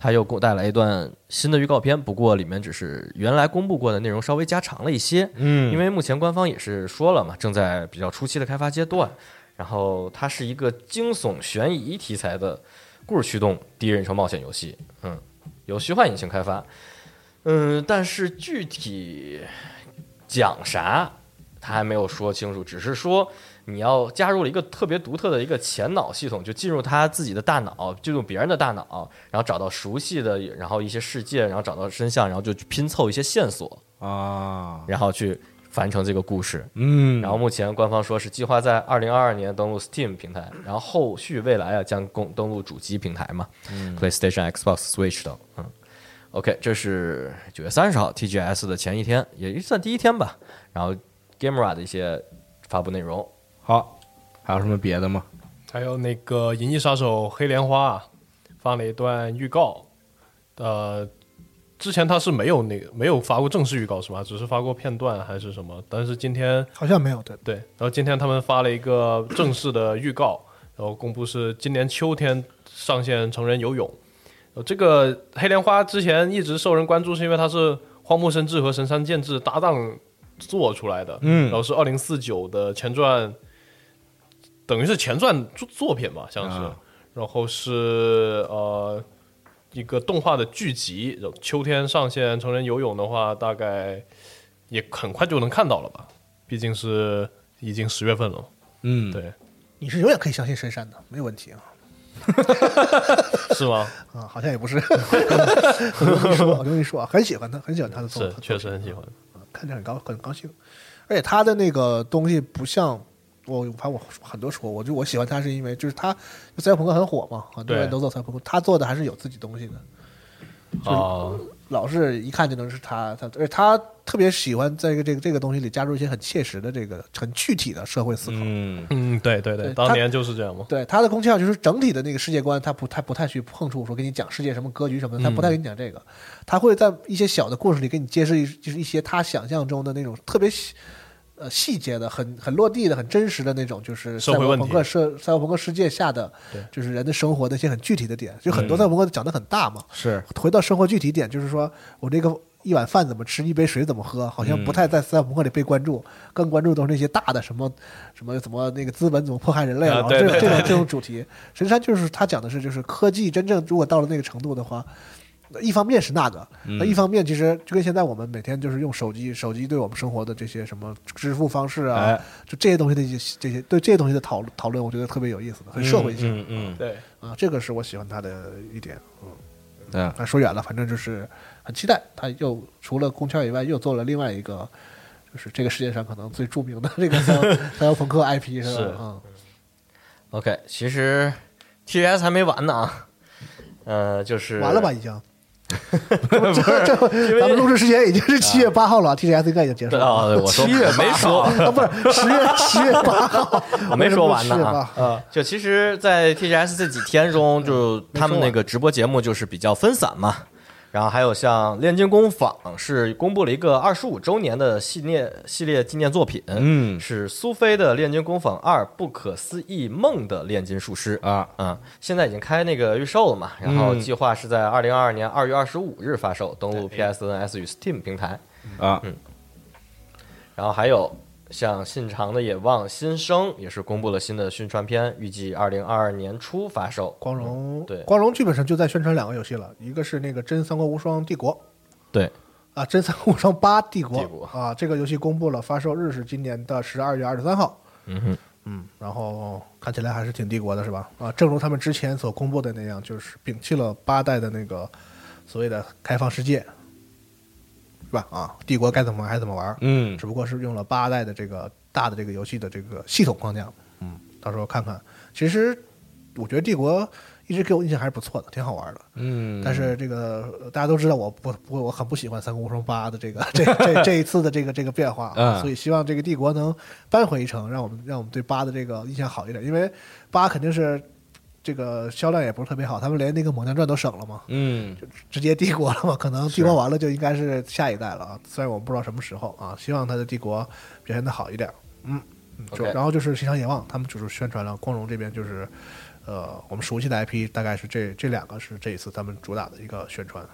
它又给我带来一段新的预告片，不过里面只是原来公布过的内容稍微加长了一些，嗯因为目前官方也是说了嘛，正在比较初期的开发阶段，然后它是一个惊悚悬疑题材的故事驱动第一人称冒险游戏，嗯，由虚幻引擎开发，嗯，但是具体讲啥他还没有说清楚，只是说你要加入了一个特别独特的一个前脑系统，就进入他自己的大脑，进入别人的大脑，然后找到熟悉的，然后一些世界，然后找到真相，然后就去拼凑一些线索，啊，然后去完成这个故事。嗯，然后目前官方说是计划在二零二二年登陆 Steam 平台，然后后续未来啊将公登陆主机平台嘛、p 嗯 l a y s t a t i o n Xbox、Switch 等。嗯，OK，这是九月三十号 TGS 的前一天，也算第一天吧。然后 Gamera 的一些发布内容，好，还有什么别的吗？还有那个《银翼杀手：黑莲花》啊，放了一段预告。呃，之前他是没有那个没有发过正式预告是吧？只是发过片段还是什么？但是今天好像没有对。对，然后今天他们发了一个正式的预告，然后公布是今年秋天上线成人游泳。呃，这个黑莲花之前一直受人关注，是因为它是荒木伸志和神山健治搭档做出来的，嗯，然后是二零四九的前传，等于是前传作作品吧，像是，啊然后是呃一个动画的剧集，然后秋天上线成人游泳的话，大概也很快就能看到了吧，毕竟是已经十月份了，嗯，对，你是永远可以相信深山的，没有问题啊。是吗？啊，好像也不是。 [laughs] 我跟你说，我跟你说，很喜欢他，很喜欢他的作是品，，确实很喜欢。看着很高，很高兴。而且他的那个东西不像我，反正我很多说，我就我喜欢他是因为就是他赛博朋克很火嘛，很多人对都做赛博朋克，他做的还是有自己东西的，哦，老是一看就能是他，他而且他特别喜欢在这个这个这个东西里加入一些很切实的这个很具体的社会思考。嗯，嗯，对对对，对当他年就是这样嘛。对他的空气号就是整体的那个世界观，他不太不太去碰触说给你讲世界什么格局什么嗯的，他不太给你讲这个，他会在一些小的故事里给你揭示一就是一些他想象中的那种特别细呃细节的、很很落地的、很真实的那种，就是赛社会博问朋题克社赛博朋克世界下的对，嗯就是人的生活的一些很具体的点，就很多赛博朋克讲的很大嘛，是回到生活具体点，就是说我这个一碗饭怎么吃，一杯水怎么喝，好像不嗯太在斯坦朋克里被关注，更关注都是那些大的什么什么怎么那个资本怎么迫害人类啊了，对这种对这种对这种主题。实际上就是他讲的是，就是科技真正如果到了那个程度的话。那一方面是那个，那一方面其实就跟现在我们每天就是用手机，手机对我们生活的这些什么支付方式啊，哎就这些东西的一些这些对这些东西的讨论讨论，我觉得特别有意思的，很社会性、嗯嗯，对，啊，这个是我喜欢他的一点。对啊，啊，说远了，反正就是很期待。他又除了宫壳以外，又做了另外一个，就是这个世界上可能最著名的这个赛博赛博朋克 IP 是是吧？嗯， OK，其实 TGS 还没完呢啊，呃，就是完 [laughs] 了吧，？已经。这这这，咱们录制时间已经是七月八号了，TGS 应该已经结束对了。啊，对我说没说，啊，不是十月十月八号，我没说完呢是啊吧。呃 [laughs] 就其实，在 TGS 这几天中，嗯就他们那个直播节目就是比较分散嘛。然后还有像《炼金工坊》是公布了一个二十五周年的系列系列纪念作品，嗯是苏菲的《炼金工坊二：不可思议梦的炼金术师》啊，啊，现在已经开那个预售了嘛，然后嗯计划是在二零二二年二月二十五日发售，登陆 PSNS 与 Steam 平台。啊，然后还有像信长的《野望新生》也是公布了新的宣传片，预计二零二二年初发售。光荣嗯对光荣剧本上就在宣传两个游戏了，一个是那个《真三国无双帝国》，对，啊，《真三国无双八帝国》帝国啊，这个游戏公布了，发售日是今年的十二月二十三号。嗯哼，嗯，然后看起来还是挺帝国的，是吧？啊，正如他们之前所公布的那样，就是摒弃了八代的那个所谓的开放世界，是吧？啊，帝国该怎么玩还怎么玩，嗯只不过是用了八代的这个大的这个游戏的这个系统框架。嗯，到时候看看。其实我觉得帝国一直给我印象还是不错的，挺好玩的。嗯，但是这个呃大家都知道，我不不，我很不喜欢《三国无双八》的这个 [laughs] 这这这一次的这个这个变化啊，嗯所以希望这个帝国能扳回一城，让我们让我们对八的这个印象好一点，因为八肯定是这个销量也不是特别好，他们连那个猛将传都省了嘛，嗯直接帝国了嘛，可能帝国完了就应该是下一代了啊，虽然我们不知道什么时候啊，希望他的帝国表现的好一点，嗯。嗯 OK 就然后就是《新疆野望》，他们就是宣传了光荣这边就是，呃，我们熟悉的 IP 大概是这这两个是这一次他们主打的一个宣传。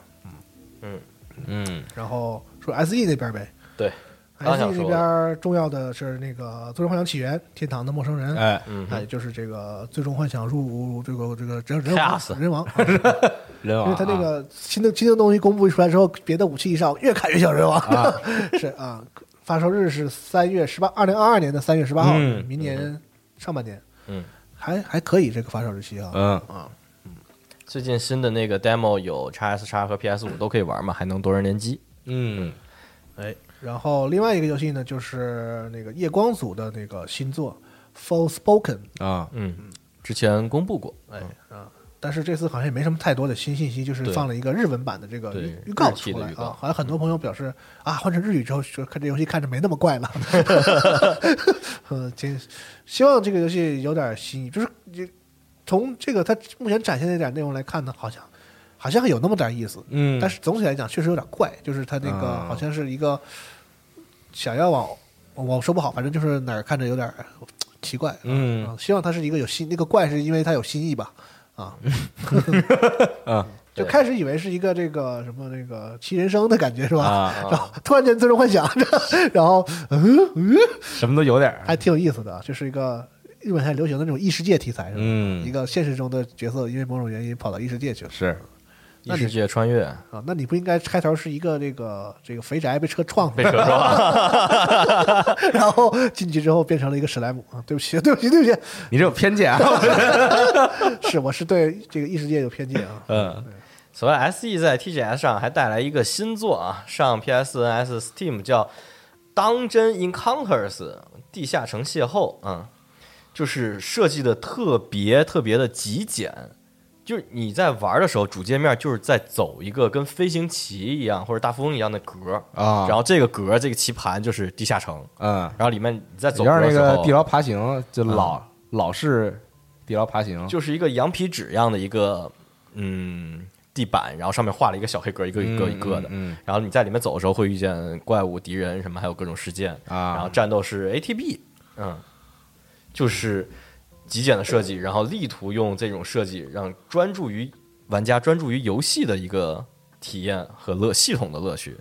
嗯然后说 S E 那边呗。对刚，S 想 E 说那边重要的是那个《最终幻想起源》《天堂的陌生人》，哎，嗯哎，哼，就是这个《最终幻想入这个这个人人吓王死人王，人因王为啊，他那个新的新的东西公布出来之后，别的武器一上，越看越像人王。啊 [laughs] 是啊，发售日是三月十八，二零二二年的三月十八号，嗯明年上半年。嗯，还还可以这个发售日期啊。嗯啊，最近新的那个 demo 有 x S x 和 PS 五都可以玩嘛，还能多人联机。嗯然后另外一个游戏呢，就是那个夜光组的那个新作《Full Spoken》。啊，嗯，之前公布过，哎啊，但是这次好像也没什么太多的新信息，就是对放了一个日文版的这个对预预告日期出的来预告啊，好像很多朋友表示啊，换成日语之后，说看这游戏看着没那么怪了。 [laughs] 呃，这希望这个游戏有点新意，就是你从这个它目前展现的一点内容来看呢，好像好像有那么点意思，嗯，但是总体来讲确实有点怪，就是它那个啊好像是一个想要往我说不好，反正就是哪儿看着有点儿奇怪。嗯啊希望它是一个有新那个怪，是因为它有新意吧？ [laughs] 啊，啊 [laughs] 就对开始以为是一个这个什么那个七人生的感觉是吧？啊，然后突然间最终幻想， [laughs] 然后嗯嗯，什么都有点儿，还挺有意思的，就是一个日本现在流行的那种异世界题材是吧？一嗯，个现实中的角色因为某种原因跑到异世界去了是异世界穿越，啊，那你不应该开头是一个这个这个肥宅被车撞死被，车撞， [laughs] 然后进去之后变成了一个史莱姆啊？对不起， [laughs] 对不起，对不起，你这有偏见啊，是我是对这个异世界有偏见啊。嗯此外，SE 在 TGS 上还带来一个新作啊，上 PSNS、Steam 叫《当真 Encounters 地下城邂逅》啊、就是设计的特别特别的极简，就是你在玩的时候，主界面就是在走一个跟飞行棋一样或者大富翁一样的格， [laughs] 啊，然后这个格这个棋盘就是地下城，嗯，然后里面你在走有格点那的时个地候，牢爬行，就老、老式地牢爬行，就是一个羊皮纸一样的一个嗯地板，然后上面画了一个小黑格，一个一个一个的。嗯然后你在里面走的时候会遇见怪物、敌人什么，还有各种事件。嗯啊，然后战斗是 ATB，嗯，就是极简的设计，然后力图用这种设计让专注于玩家专注于游戏的一个体验和乐系统的乐趣。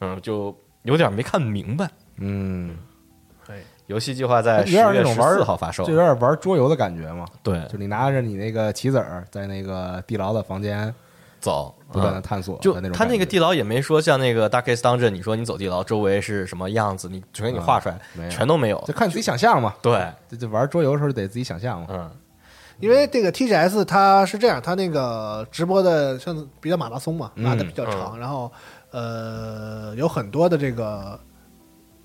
嗯就有点没看明白。嗯，游戏计划在十有点那月种十玩儿四号发售这，有点玩桌游的感觉嘛，对，就你拿着你那个棋子儿，在那个地牢的房间走，嗯不断的探索就的那种感觉，他那个地牢也没说像那个大 case 当阵，你说你走地牢，周围是什么样子，你全给你画出来，嗯没有全都没有就。看你自己想象嘛。对，这这玩桌游的时候得自己想象嘛。嗯，因为这个 TGS 它是这样，它那个直播的像比较马拉嗯松嘛，拉的比较长，然后呃有很多的这个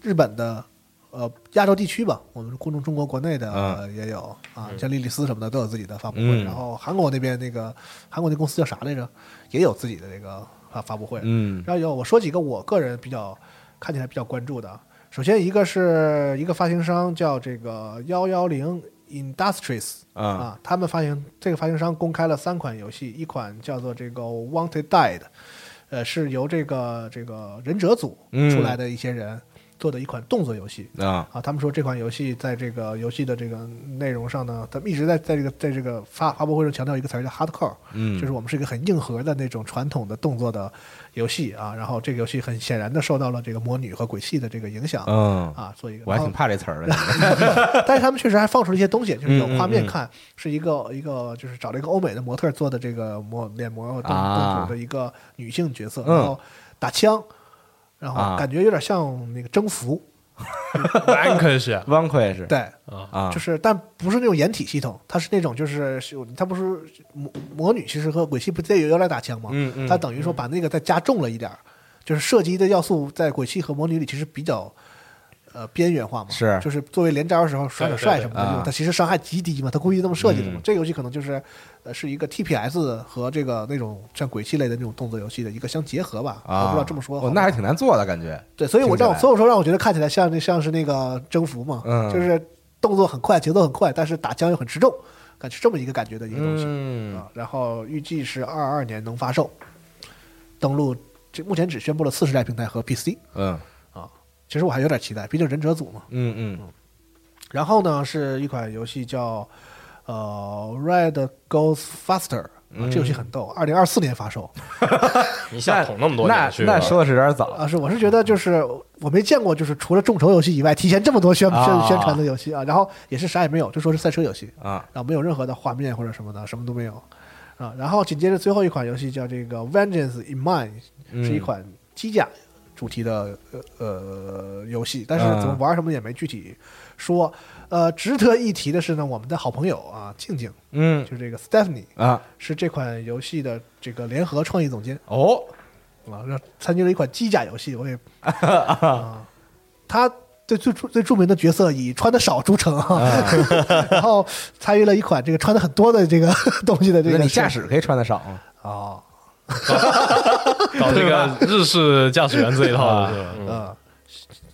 日本的呃亚洲地区吧，我们顾中中国国内的、嗯呃也有啊，像莉莉丝什么的都有自己的发布会，嗯然后韩国那边那个韩国那公司叫啥来着，也有自己的这个发发布会，嗯然后有我说几个我个人比较看起来比较关注的，首先一个是一个发行商叫这个幺幺零 Industries 啊啊，他们发行这个发行商公开了三款游戏，一款叫做这个 Wanted Dead，呃，是由这个这个忍者组嗯出来的一些人做的一款动作游戏。啊，啊，他们说这款游戏在这个游戏的这个内容上呢，他们一直在在这个在这个发发布会上强调一个词儿叫 hardcore，嗯就是我们是一个很硬核的那种传统的动作的游戏啊。然后这个游戏很显然的受到了这个魔女和鬼泣的这个影响、嗯，啊，所以我还然后挺怕这词儿的。但是他们确实还放出了一些东西，就是有嗯嗯画嗯面看，是一个一个就是找了一个欧美的模特做的这个模脸模动啊动作的一个女性角色，嗯然后打枪，然啊后感觉有点像那个征服， [laughs] ，Anchor 是 [laughs] 汪奎是对，啊就，是但不是那种掩体系统，它是那种就是它不是魔魔女其实和鬼泣不也有点打枪吗？嗯嗯它等于说把那个再加重了一点儿，就是射击的要素在鬼泣和魔女里其实比较。呃，边缘化嘛，是就是作为连招的时候甩甩对帅对什么的对用，啊它其实伤害极低嘛，它故意这么设计的嘛。嗯这游戏可能就是，呃，是一个 TPS 和这个那种像鬼泣类的那种动作游戏的一个相结合吧。啊，我不知道这么说好哦不好，那还挺难做的感觉。对，所以我听起让来所以说让我觉得看起来像那像是那个征服嘛，嗯就是动作很快，节奏很快，但是打枪又很持重，感觉这么一个感觉的一个东西、嗯啊。然后预计是二二年能发售，登陆这目前只宣布了次世代平台和 PC。嗯其实我还有点期待，毕竟忍者组嘛。嗯嗯然后呢，是一款游戏叫呃《Red Goes Faster》啊，嗯这游戏很逗，二零二四年发售。你想捅那么多那年去那了，说的是有点早。啊，是，我是觉得就是我没见过，就是除了众筹游戏以外，提前这么多宣宣宣传的游戏啊，然后也是啥也没有，就说是赛车游戏，啊，然后没有任何的画面或者什么的，什么都没有啊。然后紧接着最后一款游戏叫这个《Vengeance in Mind》，是一款机甲主题的呃呃游戏，但是嗯怎么玩什么也没具体说。呃，值得一提的是呢，我们的好朋友啊，静静，嗯就是这个 Stephanie，啊是这款游戏的这个联合创意总监。哦啊，让参加了一款机甲游戏，我也 [laughs] 啊，他最最著最著名的角色以穿的少著称啊， [laughs] 然后参与了一款这个穿的很多的这个 [laughs] 东西的这那个你驾驶可以穿得少吗？啊，搞这个日式驾驶员这一套的，是吧嗯，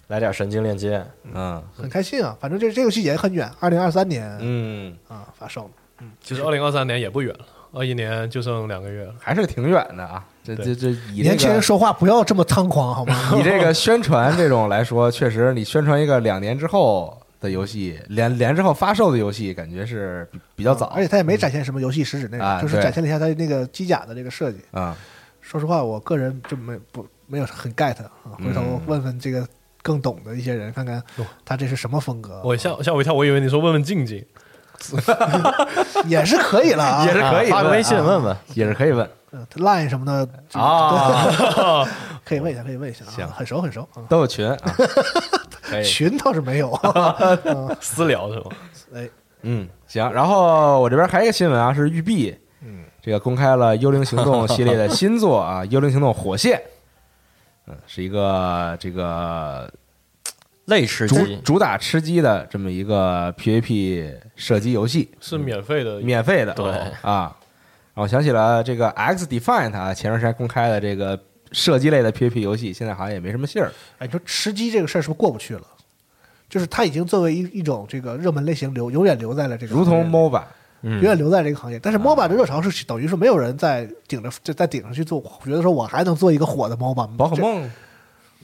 来点神经链接，嗯很开心啊，反正这这游戏也很远，二零二三年嗯，啊发售，其实二零二三年也不远了，二一年就剩两个月了。还是挺远的啊。这这这以年轻这人个说话不要这么猖狂 [laughs] 好吗？以这个宣传这种来说，确实你宣传一个两年之后的游戏，两年之后发售的游戏，感觉是比比较早。嗯啊而且他也没展现什么游戏实质内容，啊就是对展现了一下他那个机甲的这个设计。啊，说实话，我个人就没不没有很 get 啊，回嗯头问问这个更懂的一些人，看看哦他这是什么风格。我吓吓我一跳，我以为你说问问静静， [laughs] 也是可以了啊， [laughs] 也是可以发个问微信啊问问。也是可以问嗯 Line 什么的就 [laughs] 啊， [laughs] 可以问一下，可以问一下啊，行哎很熟很熟啊。都有群啊，可以。群倒是没 [laughs] 有，啊私聊是吗？哎，嗯，行。然后我这边还有一个新闻啊，是育碧，嗯，这个公开了《幽灵行动》系列的新作啊，《幽灵行动：火线》。嗯，是一个这个类吃主鸡，主打吃鸡的这么一个 PVP 射击游戏，嗯是免费的，免费的，对啊。然后我想起了这个 X Define 它前段时间公开的这个射击类的 PVP 游戏，现在好像也没什么信儿。哎，你说吃鸡这个事儿是不是过不去了？就是它已经作为一一种这个热门类型留，永远留在了这个如行同嗯业啊里 MOBA，永远留在这个行业。但是 MOBA 的热潮是等于是没有人在顶着就在顶上去做，觉得说我还能做一个火的 MOBA，宝可梦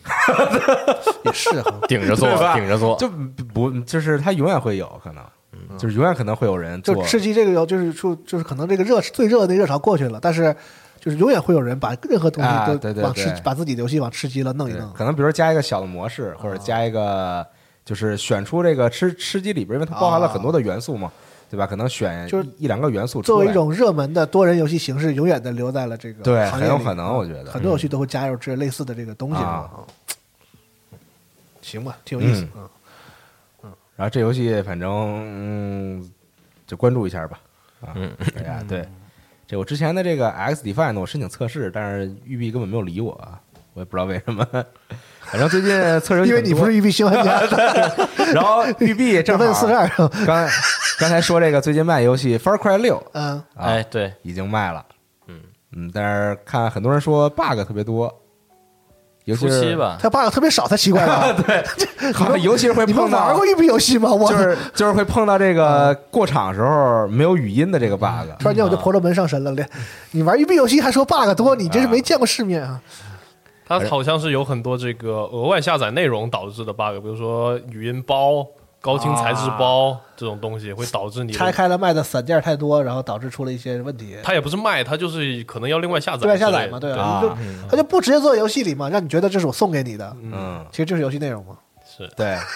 这也是哈。顶着做对吧，顶着做，就不就是它永远会有可能。嗯就是永远可能会有人就做吃鸡这个游，就是说，就是可能这个热最热的那热潮过去了，但是就是永远会有人把任何东西啊都对对往吃，对把自己的游戏往吃鸡了弄一对弄。可能比如加一个小的模式，或者加一个就是选出这个吃吃鸡里边，因为它包含了很多的元素嘛，对吧？可能选就是一一两个元素作出为来一种热门的多人游戏形式，永远的留在了这个对，行很业有里。可能，我觉得很多游戏都会加入这类似的这个东西。啊嗯行吧，挺有意思啊。嗯然后这游戏反正嗯，就关注一下吧。啊，哎呀，对，这我之前的这个 X Define 呢我申请测试，但是育碧根本没有理我，啊，我也不知道为什么。 [laughs] 反正最近测试游戏因为很你不多是育碧新玩 [laughs] 家，然后育碧正问好四十二，啊刚刚才说这个最近卖游戏《Far Cry 六》嗯，啊哎，对，已经卖了，嗯嗯，但是看很多人说 bug 特别多，尤初其是期，吧，他 bug 特别少才奇怪吧？ [laughs] 好尤其是会你们碰玩到过，育碧游戏吗？嗯我就是就是会碰到这个过场时候没有语音的这个 bug，突然间我就婆罗门上身了，连你玩育碧游戏还说 bug 多，你嗯这是没见过世面啊！它好像是有很多这个额外下载内容导致的 bug，比如说语音包、高清材质包、这种东西会导致你啊的拆开了卖的散件太多，然后导致出了一些问题。它也不是卖，它就是可能要另外下载对之类外的，下载嘛，对啊，就他就不直接做游戏里嘛，让你觉得这是我送给你的，嗯，其实就是游戏内容嘛。对，然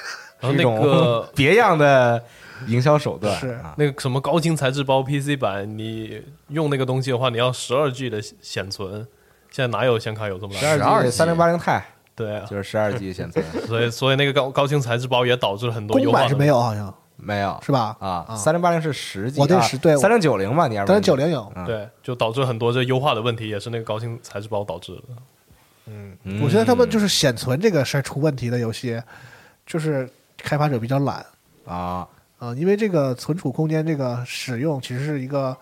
后是一那种 [laughs] [laughs] 个别样的营销手段是啊，那个什么高清材质包 PC 版，你用那个东西的话，你要十二 G 的显存，现在哪有显卡有这么十大？二 G 12G 三零八零 i 对啊，就是十二 G [laughs] 显存，所以所以那个高高清材质包也导致了很多公优化版的是没有，好像没有是吧？啊，三零八零是十 G，我那是对我三零九零吧，你要但是九零有，嗯对，就导致很多这优化的问题也是那个高清材质包导致的。嗯我觉得他们就是是显存这个事儿出问题的游戏，就是开发者比较懒啊，啊、因为这个存储空间这个使用其实是一个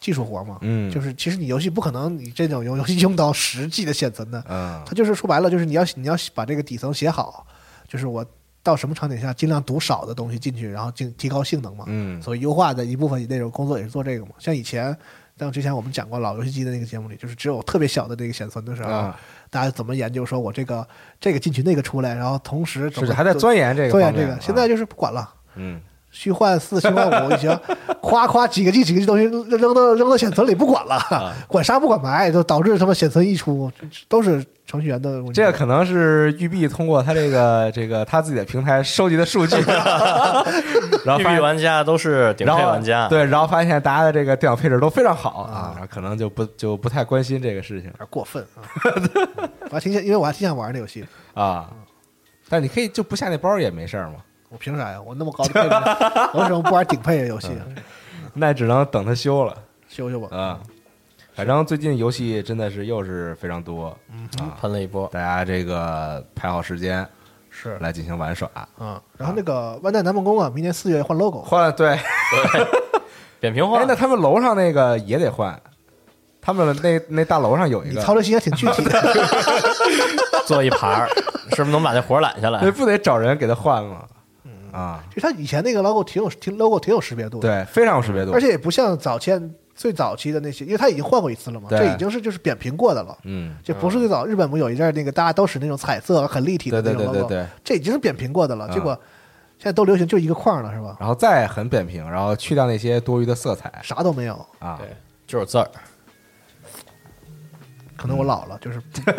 技术活儿嘛，嗯就是其实你游戏不可能你这种游游戏用到实际的显存的，嗯它就是说白了就是你要你要把这个底层写好，就是我到什么场景下尽量读少的东西进去，然后进提高性能嘛，嗯所以优化的一部分内容工作也是做这个嘛，像以前。像之前我们讲过老游戏机的那个节目里，就是只有特别小的这个显存的时候，啊，大家怎么研究说我这个这个进去那个出来，然后同时怎是么的还在钻研这个钻研方这面个啊，现在就是不管了。嗯。虚幻四、虚幻五 [laughs] 已经夸夸几个 G 几个 G 东西扔扔到扔到显存里不管啊了， [laughs] 管杀不管埋，就导致他们显存溢出，这这都是程序员的问题。这个可能是育碧通过他这个这个他自己的平台收集的数据，然后育发碧现玩家都是 [laughs] 顶配然后玩家，对，然后发现大家的这个电脑配置都非常好啊，然后可能就不就不太关心这个事情有点过分啊！ [laughs] 我还挺想，因为我还挺想玩那游戏。啊。但你可以就不下那包也没事儿嘛，我凭啥呀？我那么高的配置，我为什么不玩顶配的游戏？ [laughs] 嗯那只能等它修了修修吧。啊。反正最近游戏真的是又是非常多，嗯喷了一波，大家这个排好时间是来进行玩耍。啊，然后那个万代南梦宫啊，明年四月换 logo，嗯换了对，扁平化哎，，那他们楼上那个也得换，他们那那大楼上有一你个，操这心还挺具体的。 [laughs] 做一盘 [laughs] 儿，是不是能把这活儿揽下来那？不得找人给他换吗？啊，其实它以前那个 logo 挺有挺 logo 挺有识别度的，对，非常有识别度，而且也不像早前最早期的那些，因为它已经换过一次了嘛，对这已经是就是扁平过的了。嗯，这不是最早，日本不有一阵儿那个大家都使那种彩色很立体对的那对种对 logo，对对，这已经是扁平过的了。嗯结果现在都流行就一个框了，是吧？然后再很扁平，然后去掉那些多余的色彩啥都没有，啊，对就是字儿，可能我老了， [laughs] 就是不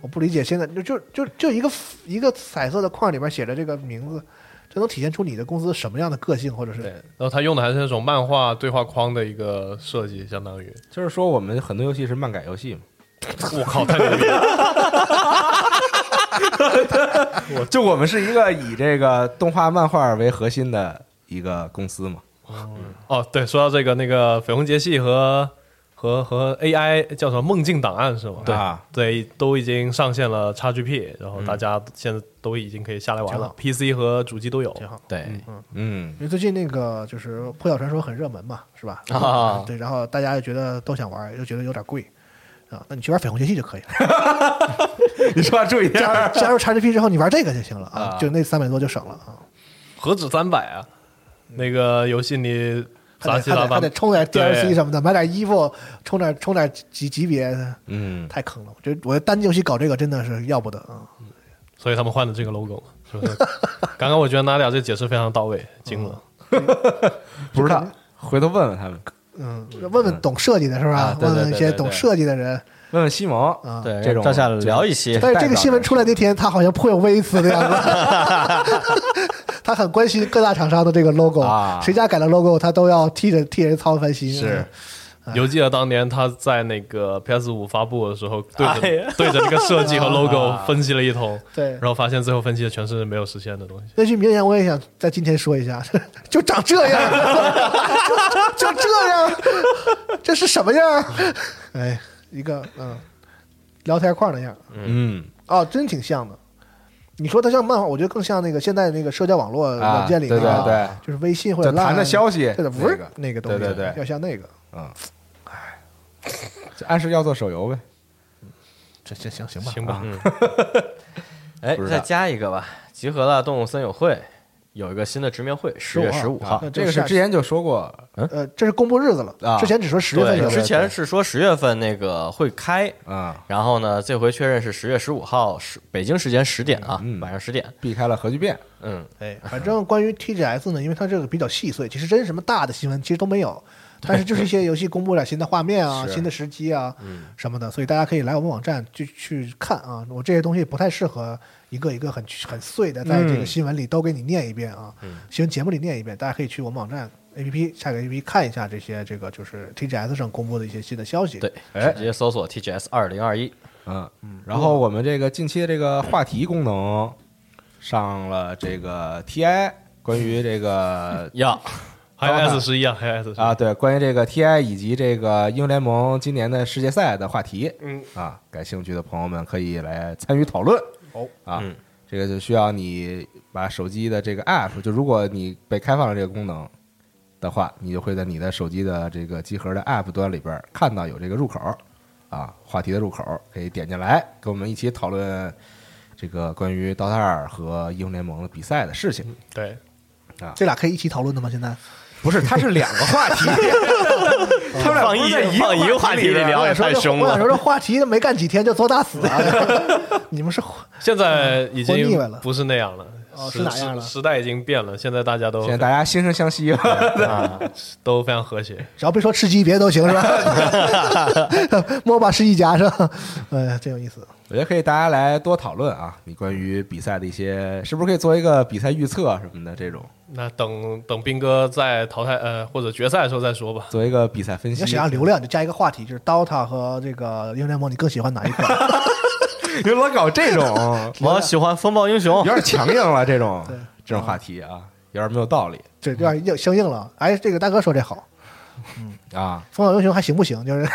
我不理解现在就就就就一个一个彩色的框里面写着这个名字，这能体现出你的公司什么样的个性，或者对是，然后它用的还是那种漫画对话框的一个设计，相 [laughs] 当于就是说我们很多游戏是漫改游戏嘛，我靠，太牛逼了！就我们是一个以这个动画漫画为核心的一个公司嘛， [laughs] 哦，对，说到这个，那个绯红杰系和和和 AI 叫什么梦境档案是吗？啊，对，都已经上线了 XGP，然后大家现在都已经可以下来玩嗯挺了好，PC 和主机都有。挺好。对嗯因为最近那个就是《破晓传说》很热门嘛，是吧？啊对，然后大家又觉得都想玩，又觉得有点贵啊，那你去玩绯红学系 [laughs] 就可以了。你说话注意点加儿，入加入 XGP 之后，你玩这个就行了啊啊，就那三百多就省了啊。何止三百啊！那个游戏你还杂得七还杂得嗯八还得充点 DLC 对什么的，买点衣服，充点充点级级别，嗯，太坑了。我觉得我单机游戏搞这个真的是要不得啊。 [laughs] 所以他们换了这个 logo 嘛，是不是？刚刚我觉得娜俩这解释非常到位，惊了。不知道，回头问问他们，嗯，问问懂设计的是吧啊？对问对问一对些对懂对设计的人问问西蒙。啊。对，这种照下聊一些，但是这个新闻出来那天，他好像颇有微词的样子， [laughs] 他很关心各大厂商的这个 logo，、啊谁家改了 logo，他都要替着替人操烦心。是，哎犹记得当年他在那个 PS 五发布的时候，对着、哎呀 [laughs] 对着这个 [laughs] 设计和 logo 分析了一通， [laughs] 对然。后发现最后分析的全是没有实现的东西。那句名言我也想在今天说一下，就长这样，就这样，这是什么样？ [laughs] 哎，一个嗯，聊天框那样，嗯，哦，真挺像的。你说它像漫画，我觉得更像那个现在那个社交网络软件里面、啊对对对就是微信或者就 Line 谈的消息，对的，不那是个那个东西，对对对要像那个。就暗示要做手游呗。这行行吧，行吧，哎不，知道再加一个吧。集合了动物森友会，有一个新的直面会，十月十五号啊那。就这个是下之前就说过，呃，这是公布日子了，啊之前只说十月份有对，的之前是说十月份那个会开，啊，然后呢，这回确认是十月十五号十北京时间十点啊嗯，晚上十点。避开了核聚变。嗯，哎， [laughs] 反正关于 TGS 呢，因为它这个比较细碎，其实真什么大的新闻其实都没有，但是就是一些游戏公布了新的画面啊、是新的时机啊、什么的，所以大家可以来我们网站去去看啊。我这些东西不太适合一个一个很很碎的在这个新闻里都给你念一遍啊，新闻节目里念一遍，大家可以去我们网站 APP 下个 APP 看一下这些这个就是 TGS 上公布的一些新的消息。嗯对，哎直接搜索 TGS 二零二一。嗯，然后我们这个近期的这个话题功能上了这个 TI，关于这个呀，还有好吧 S 十一啊，还有 S 十啊，对，关于这个 TI 以及这个英雄联盟今年的世界赛的话题，嗯啊，感兴趣的朋友们可以来参与讨论。哦，啊，嗯这个就需要你把手机的这个 App，就如果你被开放了这个功能的话，你就会在你的手机的这个集合的 App 端里边看到有这个入口啊，话题的入口，可以点进来，跟我们一起讨论这个关于 DOTA 二和英雄联盟的比赛的事情。对，这俩可以一起讨论的吗？现在？不是，它是两个话题，他们俩放不是在一放一个话题里聊也太我想说这凶我想说了。这话题没干几天就作大死了， [laughs] 你们是现在已嗯我腻经歪了不是那样了，哦时是哪样了时时代已经变了，现在大家 [laughs] 都现在大家惺惺相惜了。都非常和谐。只要别说吃鸡，别的都行 [laughs] 是吧？摸把是一家是吧？呃，真有意思。我觉得可以大家来多讨论啊，你关于比赛的一些，是不是可以做一个比赛预测什么的这种，那等等兵哥在淘汰呃或者决赛的时候再说吧。做一个比赛分你析。要啊想要流量，你就加一个话题，就是 DOTA 和这个英雄联盟，你更喜欢哪一 [laughs] 款？你老搞这 [laughs] 种，我喜欢风暴英有 [laughs] 雄，点强硬了，这种对这种话题啊，有点没有道理这这样相应了。哎，这个大哥说这好，啊。 《风暴英雄》还行不行？就是 [laughs]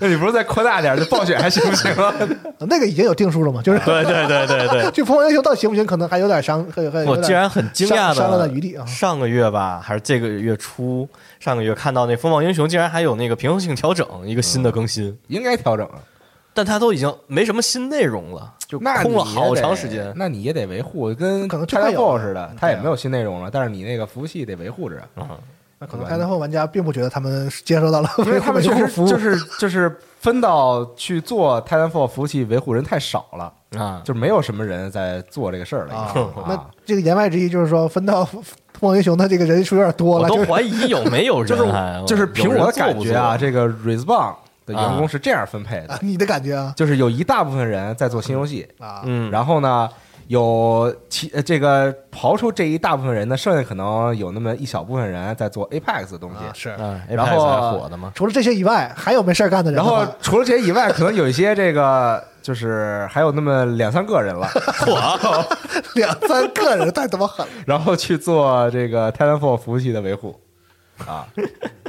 那哎你不是再扩大点，这暴雪还行不行啊？ [laughs] 那个已经有定数了嘛，就是对 [laughs] 对对对对。这《风暴英雄》到底行不行，可能还有点伤，还有还有我有点竟然很惊商讶商量的的余地啊上个月吧，还是这个月初，上个月看到那《风暴英雄》竟然还有那个平衡性调整，一个新的更新，应该调整啊，但它都已经没什么新内容了，就那空了你也好得长时间。那你也得维护，跟可能就快 Titanfall 有啊似的，它也没有新内容了，但是你那个服务器得维护着。嗯那可能开头后玩家并不觉得他们接收到了，因为他们确实服务就。是就是分到去做 Titanfall 服务器维护人太少了，啊，就没有什么人在做这个事儿了。啊已经，那这个言外之意就是说，分到《风暴英雄》的这个人数有点多我了，就都是 [laughs] 怀疑有没有就是人还 [laughs] 就是凭我的感觉啊，，这个 Respawn 的员工啊是这样分配的，啊你的感觉啊就是有一大部分人在做新游戏，啊，嗯，然后呢，有其呃这个刨出这一大部分人呢，剩下可能有那么一小部分人在做 Apex 的东西。啊是。嗯，然后 Apex 还火的吗？除了这些以外，还有没事儿干的人然的话？后除了这些以外，可能有一些这个就是还有那么两三个人了，两三 [laughs] 个人太他妈狠了。然后去做这个 Titanfall 服务器的维护啊，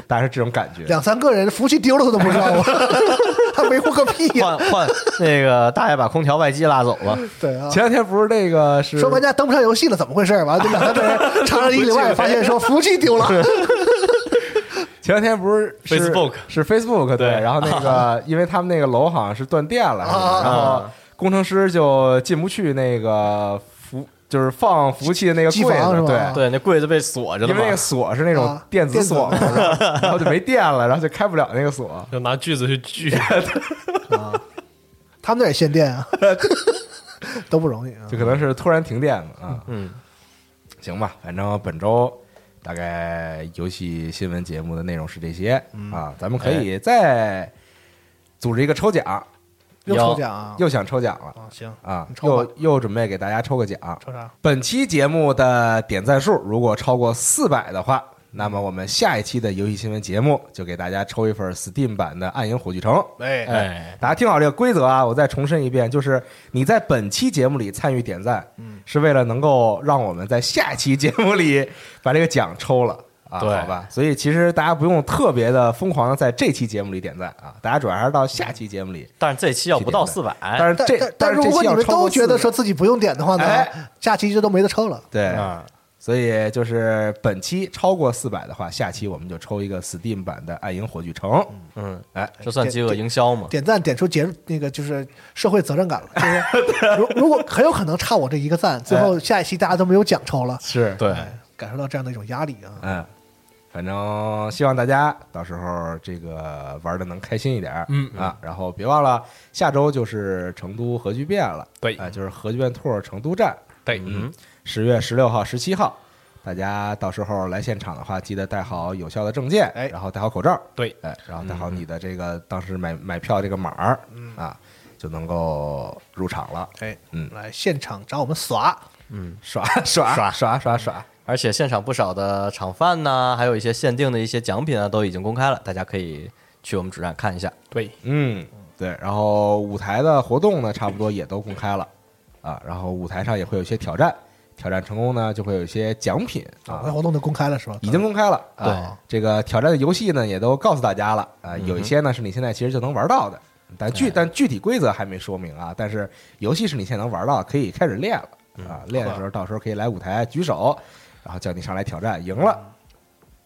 大概是这种感觉。两三个人，服务器丢了他都不知道吗？啊 [laughs] 他维护个屁 [laughs] 呀、 [laughs] 换换那个大爷把空调外机拉走了，对啊，前两天不是那个是说玩家登不上游戏了，怎么回事？完了，这两三 [laughs] 个人长了一里外，发现说服务器丢了，前两天不是是 Facebook 是 Facebook 对，对然后那个因为他们那个楼好像是断电了，是吧啊然后工程师就进不去那个服就是放服务器的那个机柜房子，是吧对啊。对，那柜子被锁着因了为嘛那。个锁是那种啊电子锁嘛，电然后 [laughs] 然后就没电了，然后就开不了那个锁。就拿锯子去 [laughs] 锯，他们那儿也 [laughs] 限电啊，都不容易啊就。可能是突然停电了啊。嗯，行吧，反正本周大概游戏新闻节目的内容是这些、啊，咱们可以再组织一个抽奖，又有抽奖啊！又想抽奖了啊，行，啊你，抽吧又又准备给大家抽个奖。抽啥？本期节目的点赞数如果超过四百的话，那么我们下一期的游戏新闻节目就给大家抽一份 Steam 版的《暗影火炬城》。哎，哎，大家听好这个规则啊！我再重申一遍，就是你在本期节目里参与点赞，嗯是为了能够让我们在下期节目里把这个奖抽了啊，对好吧？所以其实大家不用特别的疯狂的在这期节目里点赞啊，大家主要还是到下期节目里。但是这期要不到四百，但是但这但但如果这期你要们超都过觉得400说自己不用点的话呢哎，下期就都没得抽了。对啊，所以就是本期超过四百的话，下期我们就抽一个 Steam 版的《暗影火炬城》。嗯，哎，这算饥饿营销吗？点赞点出节那个就是社会责任感了， [laughs] 就是如如果很有可能差我这一个哎赞，最后下一期大家都没有奖抽了，是，对，感受到这样的一种压力啊。嗯，反正希望大家到时候这个玩的能开心一点儿，嗯啊，然后别忘了下周就是成都核聚变了，对啊，就是核聚变兔儿成都站，对，嗯，十月十六号、十七号，大家到时候来现场的话，记得带好有效的证件，哎然后戴好口罩，对，哎，然后带好你的这个当时买买票这个码儿，啊，就能够入场了，哎，嗯来现场找我们耍，耍耍耍耍耍耍，而且现场不少的厂饭呐、还有一些限定的一些奖品啊，都已经公开了，大家可以去我们主站看一下。对，嗯，对。然后舞台的活动呢，差不多也都公开了啊。然后舞台上也会有一些挑战，挑战成功呢，就会有一些奖品我啊们，活动都公开了是吧？已经公开了。对啊，这个挑战的游戏呢，也都告诉大家了啊。有一些呢是你现在其实就能玩到的，但具但具体规则还没说明啊。但是游戏是你现在能玩到，可以开始练了啊。练的时候，到时候可以来舞台举手，然后叫你上来挑战，赢了。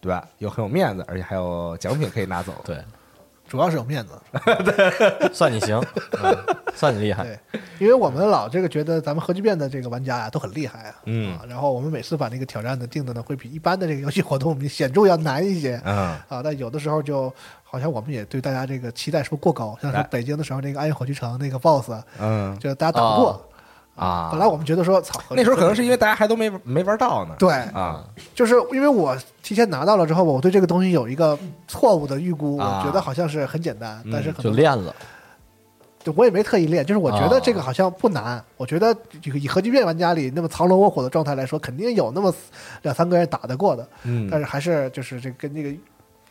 对吧？又很有面子，而且还有奖品可以拿走。对，主要是有面 [laughs] 子，算你行，嗯算你厉哎害。对，因为我们老这个觉得咱们核聚变的这个玩家呀、都很厉害啊。嗯啊，然后我们每次把那个挑战的定的呢，会比一般的这个游戏活动比显著要难一些。嗯，啊，但有的时候就好像我们也对大家这个期待是不是过高？像说哎北京的时候，那个暗夜火炬城那个 BOSS，嗯就大家打不过啊，本来我们觉得说，操，那时候可能是因为大家还都没没玩到呢。对，啊，就是因为我提前拿到了之后，我对这个东西有一个错误的预估，啊嗯我觉得好像是很简单，但是可就能练了，就我也没特意练，就是我觉得啊这个好像不难。我觉得这个以核聚变玩家里那么藏龙卧虎的状态来说，肯定有那么两三个人打得过的，嗯但是还是就是这跟那个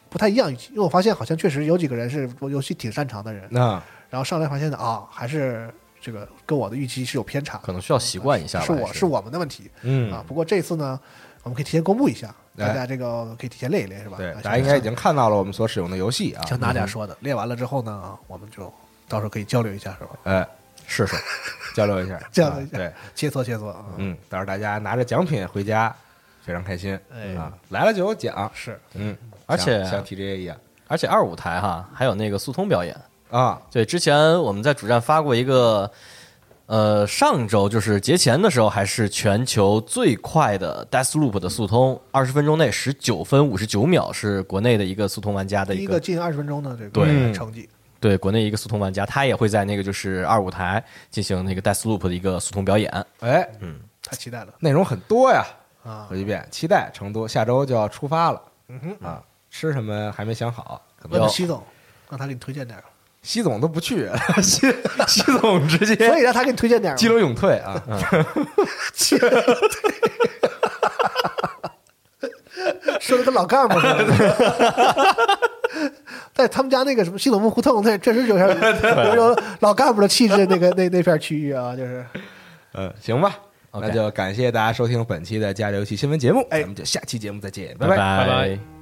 不太一样，因为我发现好像确实有几个人是游戏挺擅长的人，那然后上来发现的啊，还是这个跟我的预期是有偏差的，可能需要习惯一下吧。是我还是我们的问题。嗯啊，不过这次呢，我们可以提前公布一下，哎大家这个可以提前练一练，是吧？对，啊大家应该已经看到了我们所使用的游戏啊。像大家说的，练完了之后呢，啊我们就到时候可以交流一下，是吧？哎，试试，交流一下， [laughs] 交流一啊下对，切磋切磋啊，嗯，到时候大家拿着奖品回家，非常开心哎啊！来了就有奖，是嗯，而且像像 TJ 一样而且二舞台哈，还有那个速通表演。啊，对，之前我们在主站发过一个，呃，上周就是节前的时候，还是全球最快的 Death Loop 的速通，二十分钟内十九分五十九秒，是国内的一个速通玩家的第一一个个近二十分钟的这对个成绩，对国内一个速通玩家，他也会在那个就是二舞台进行那个 Death Loop 的一个速通表演。哎，太期待了内容很多呀，啊回！去遍，期待成都下周就要出发了，嗯哼啊，吃什么还没想好，可能问要问西总，让他给你推荐点儿，西总都不去，西西总直所接以让他给你推荐点儿 [laughs] 嘛。激流勇退啊，说的跟老干部似的。 [laughs] 在他们家那个什么西总木胡同，那确实有点有种老干部的气质，那个那那片区域啊，就是嗯，行吧 OK 那就感谢大家收听本期的《家里游戏新闻》节目，咱们就下期节目再见，拜拜拜拜拜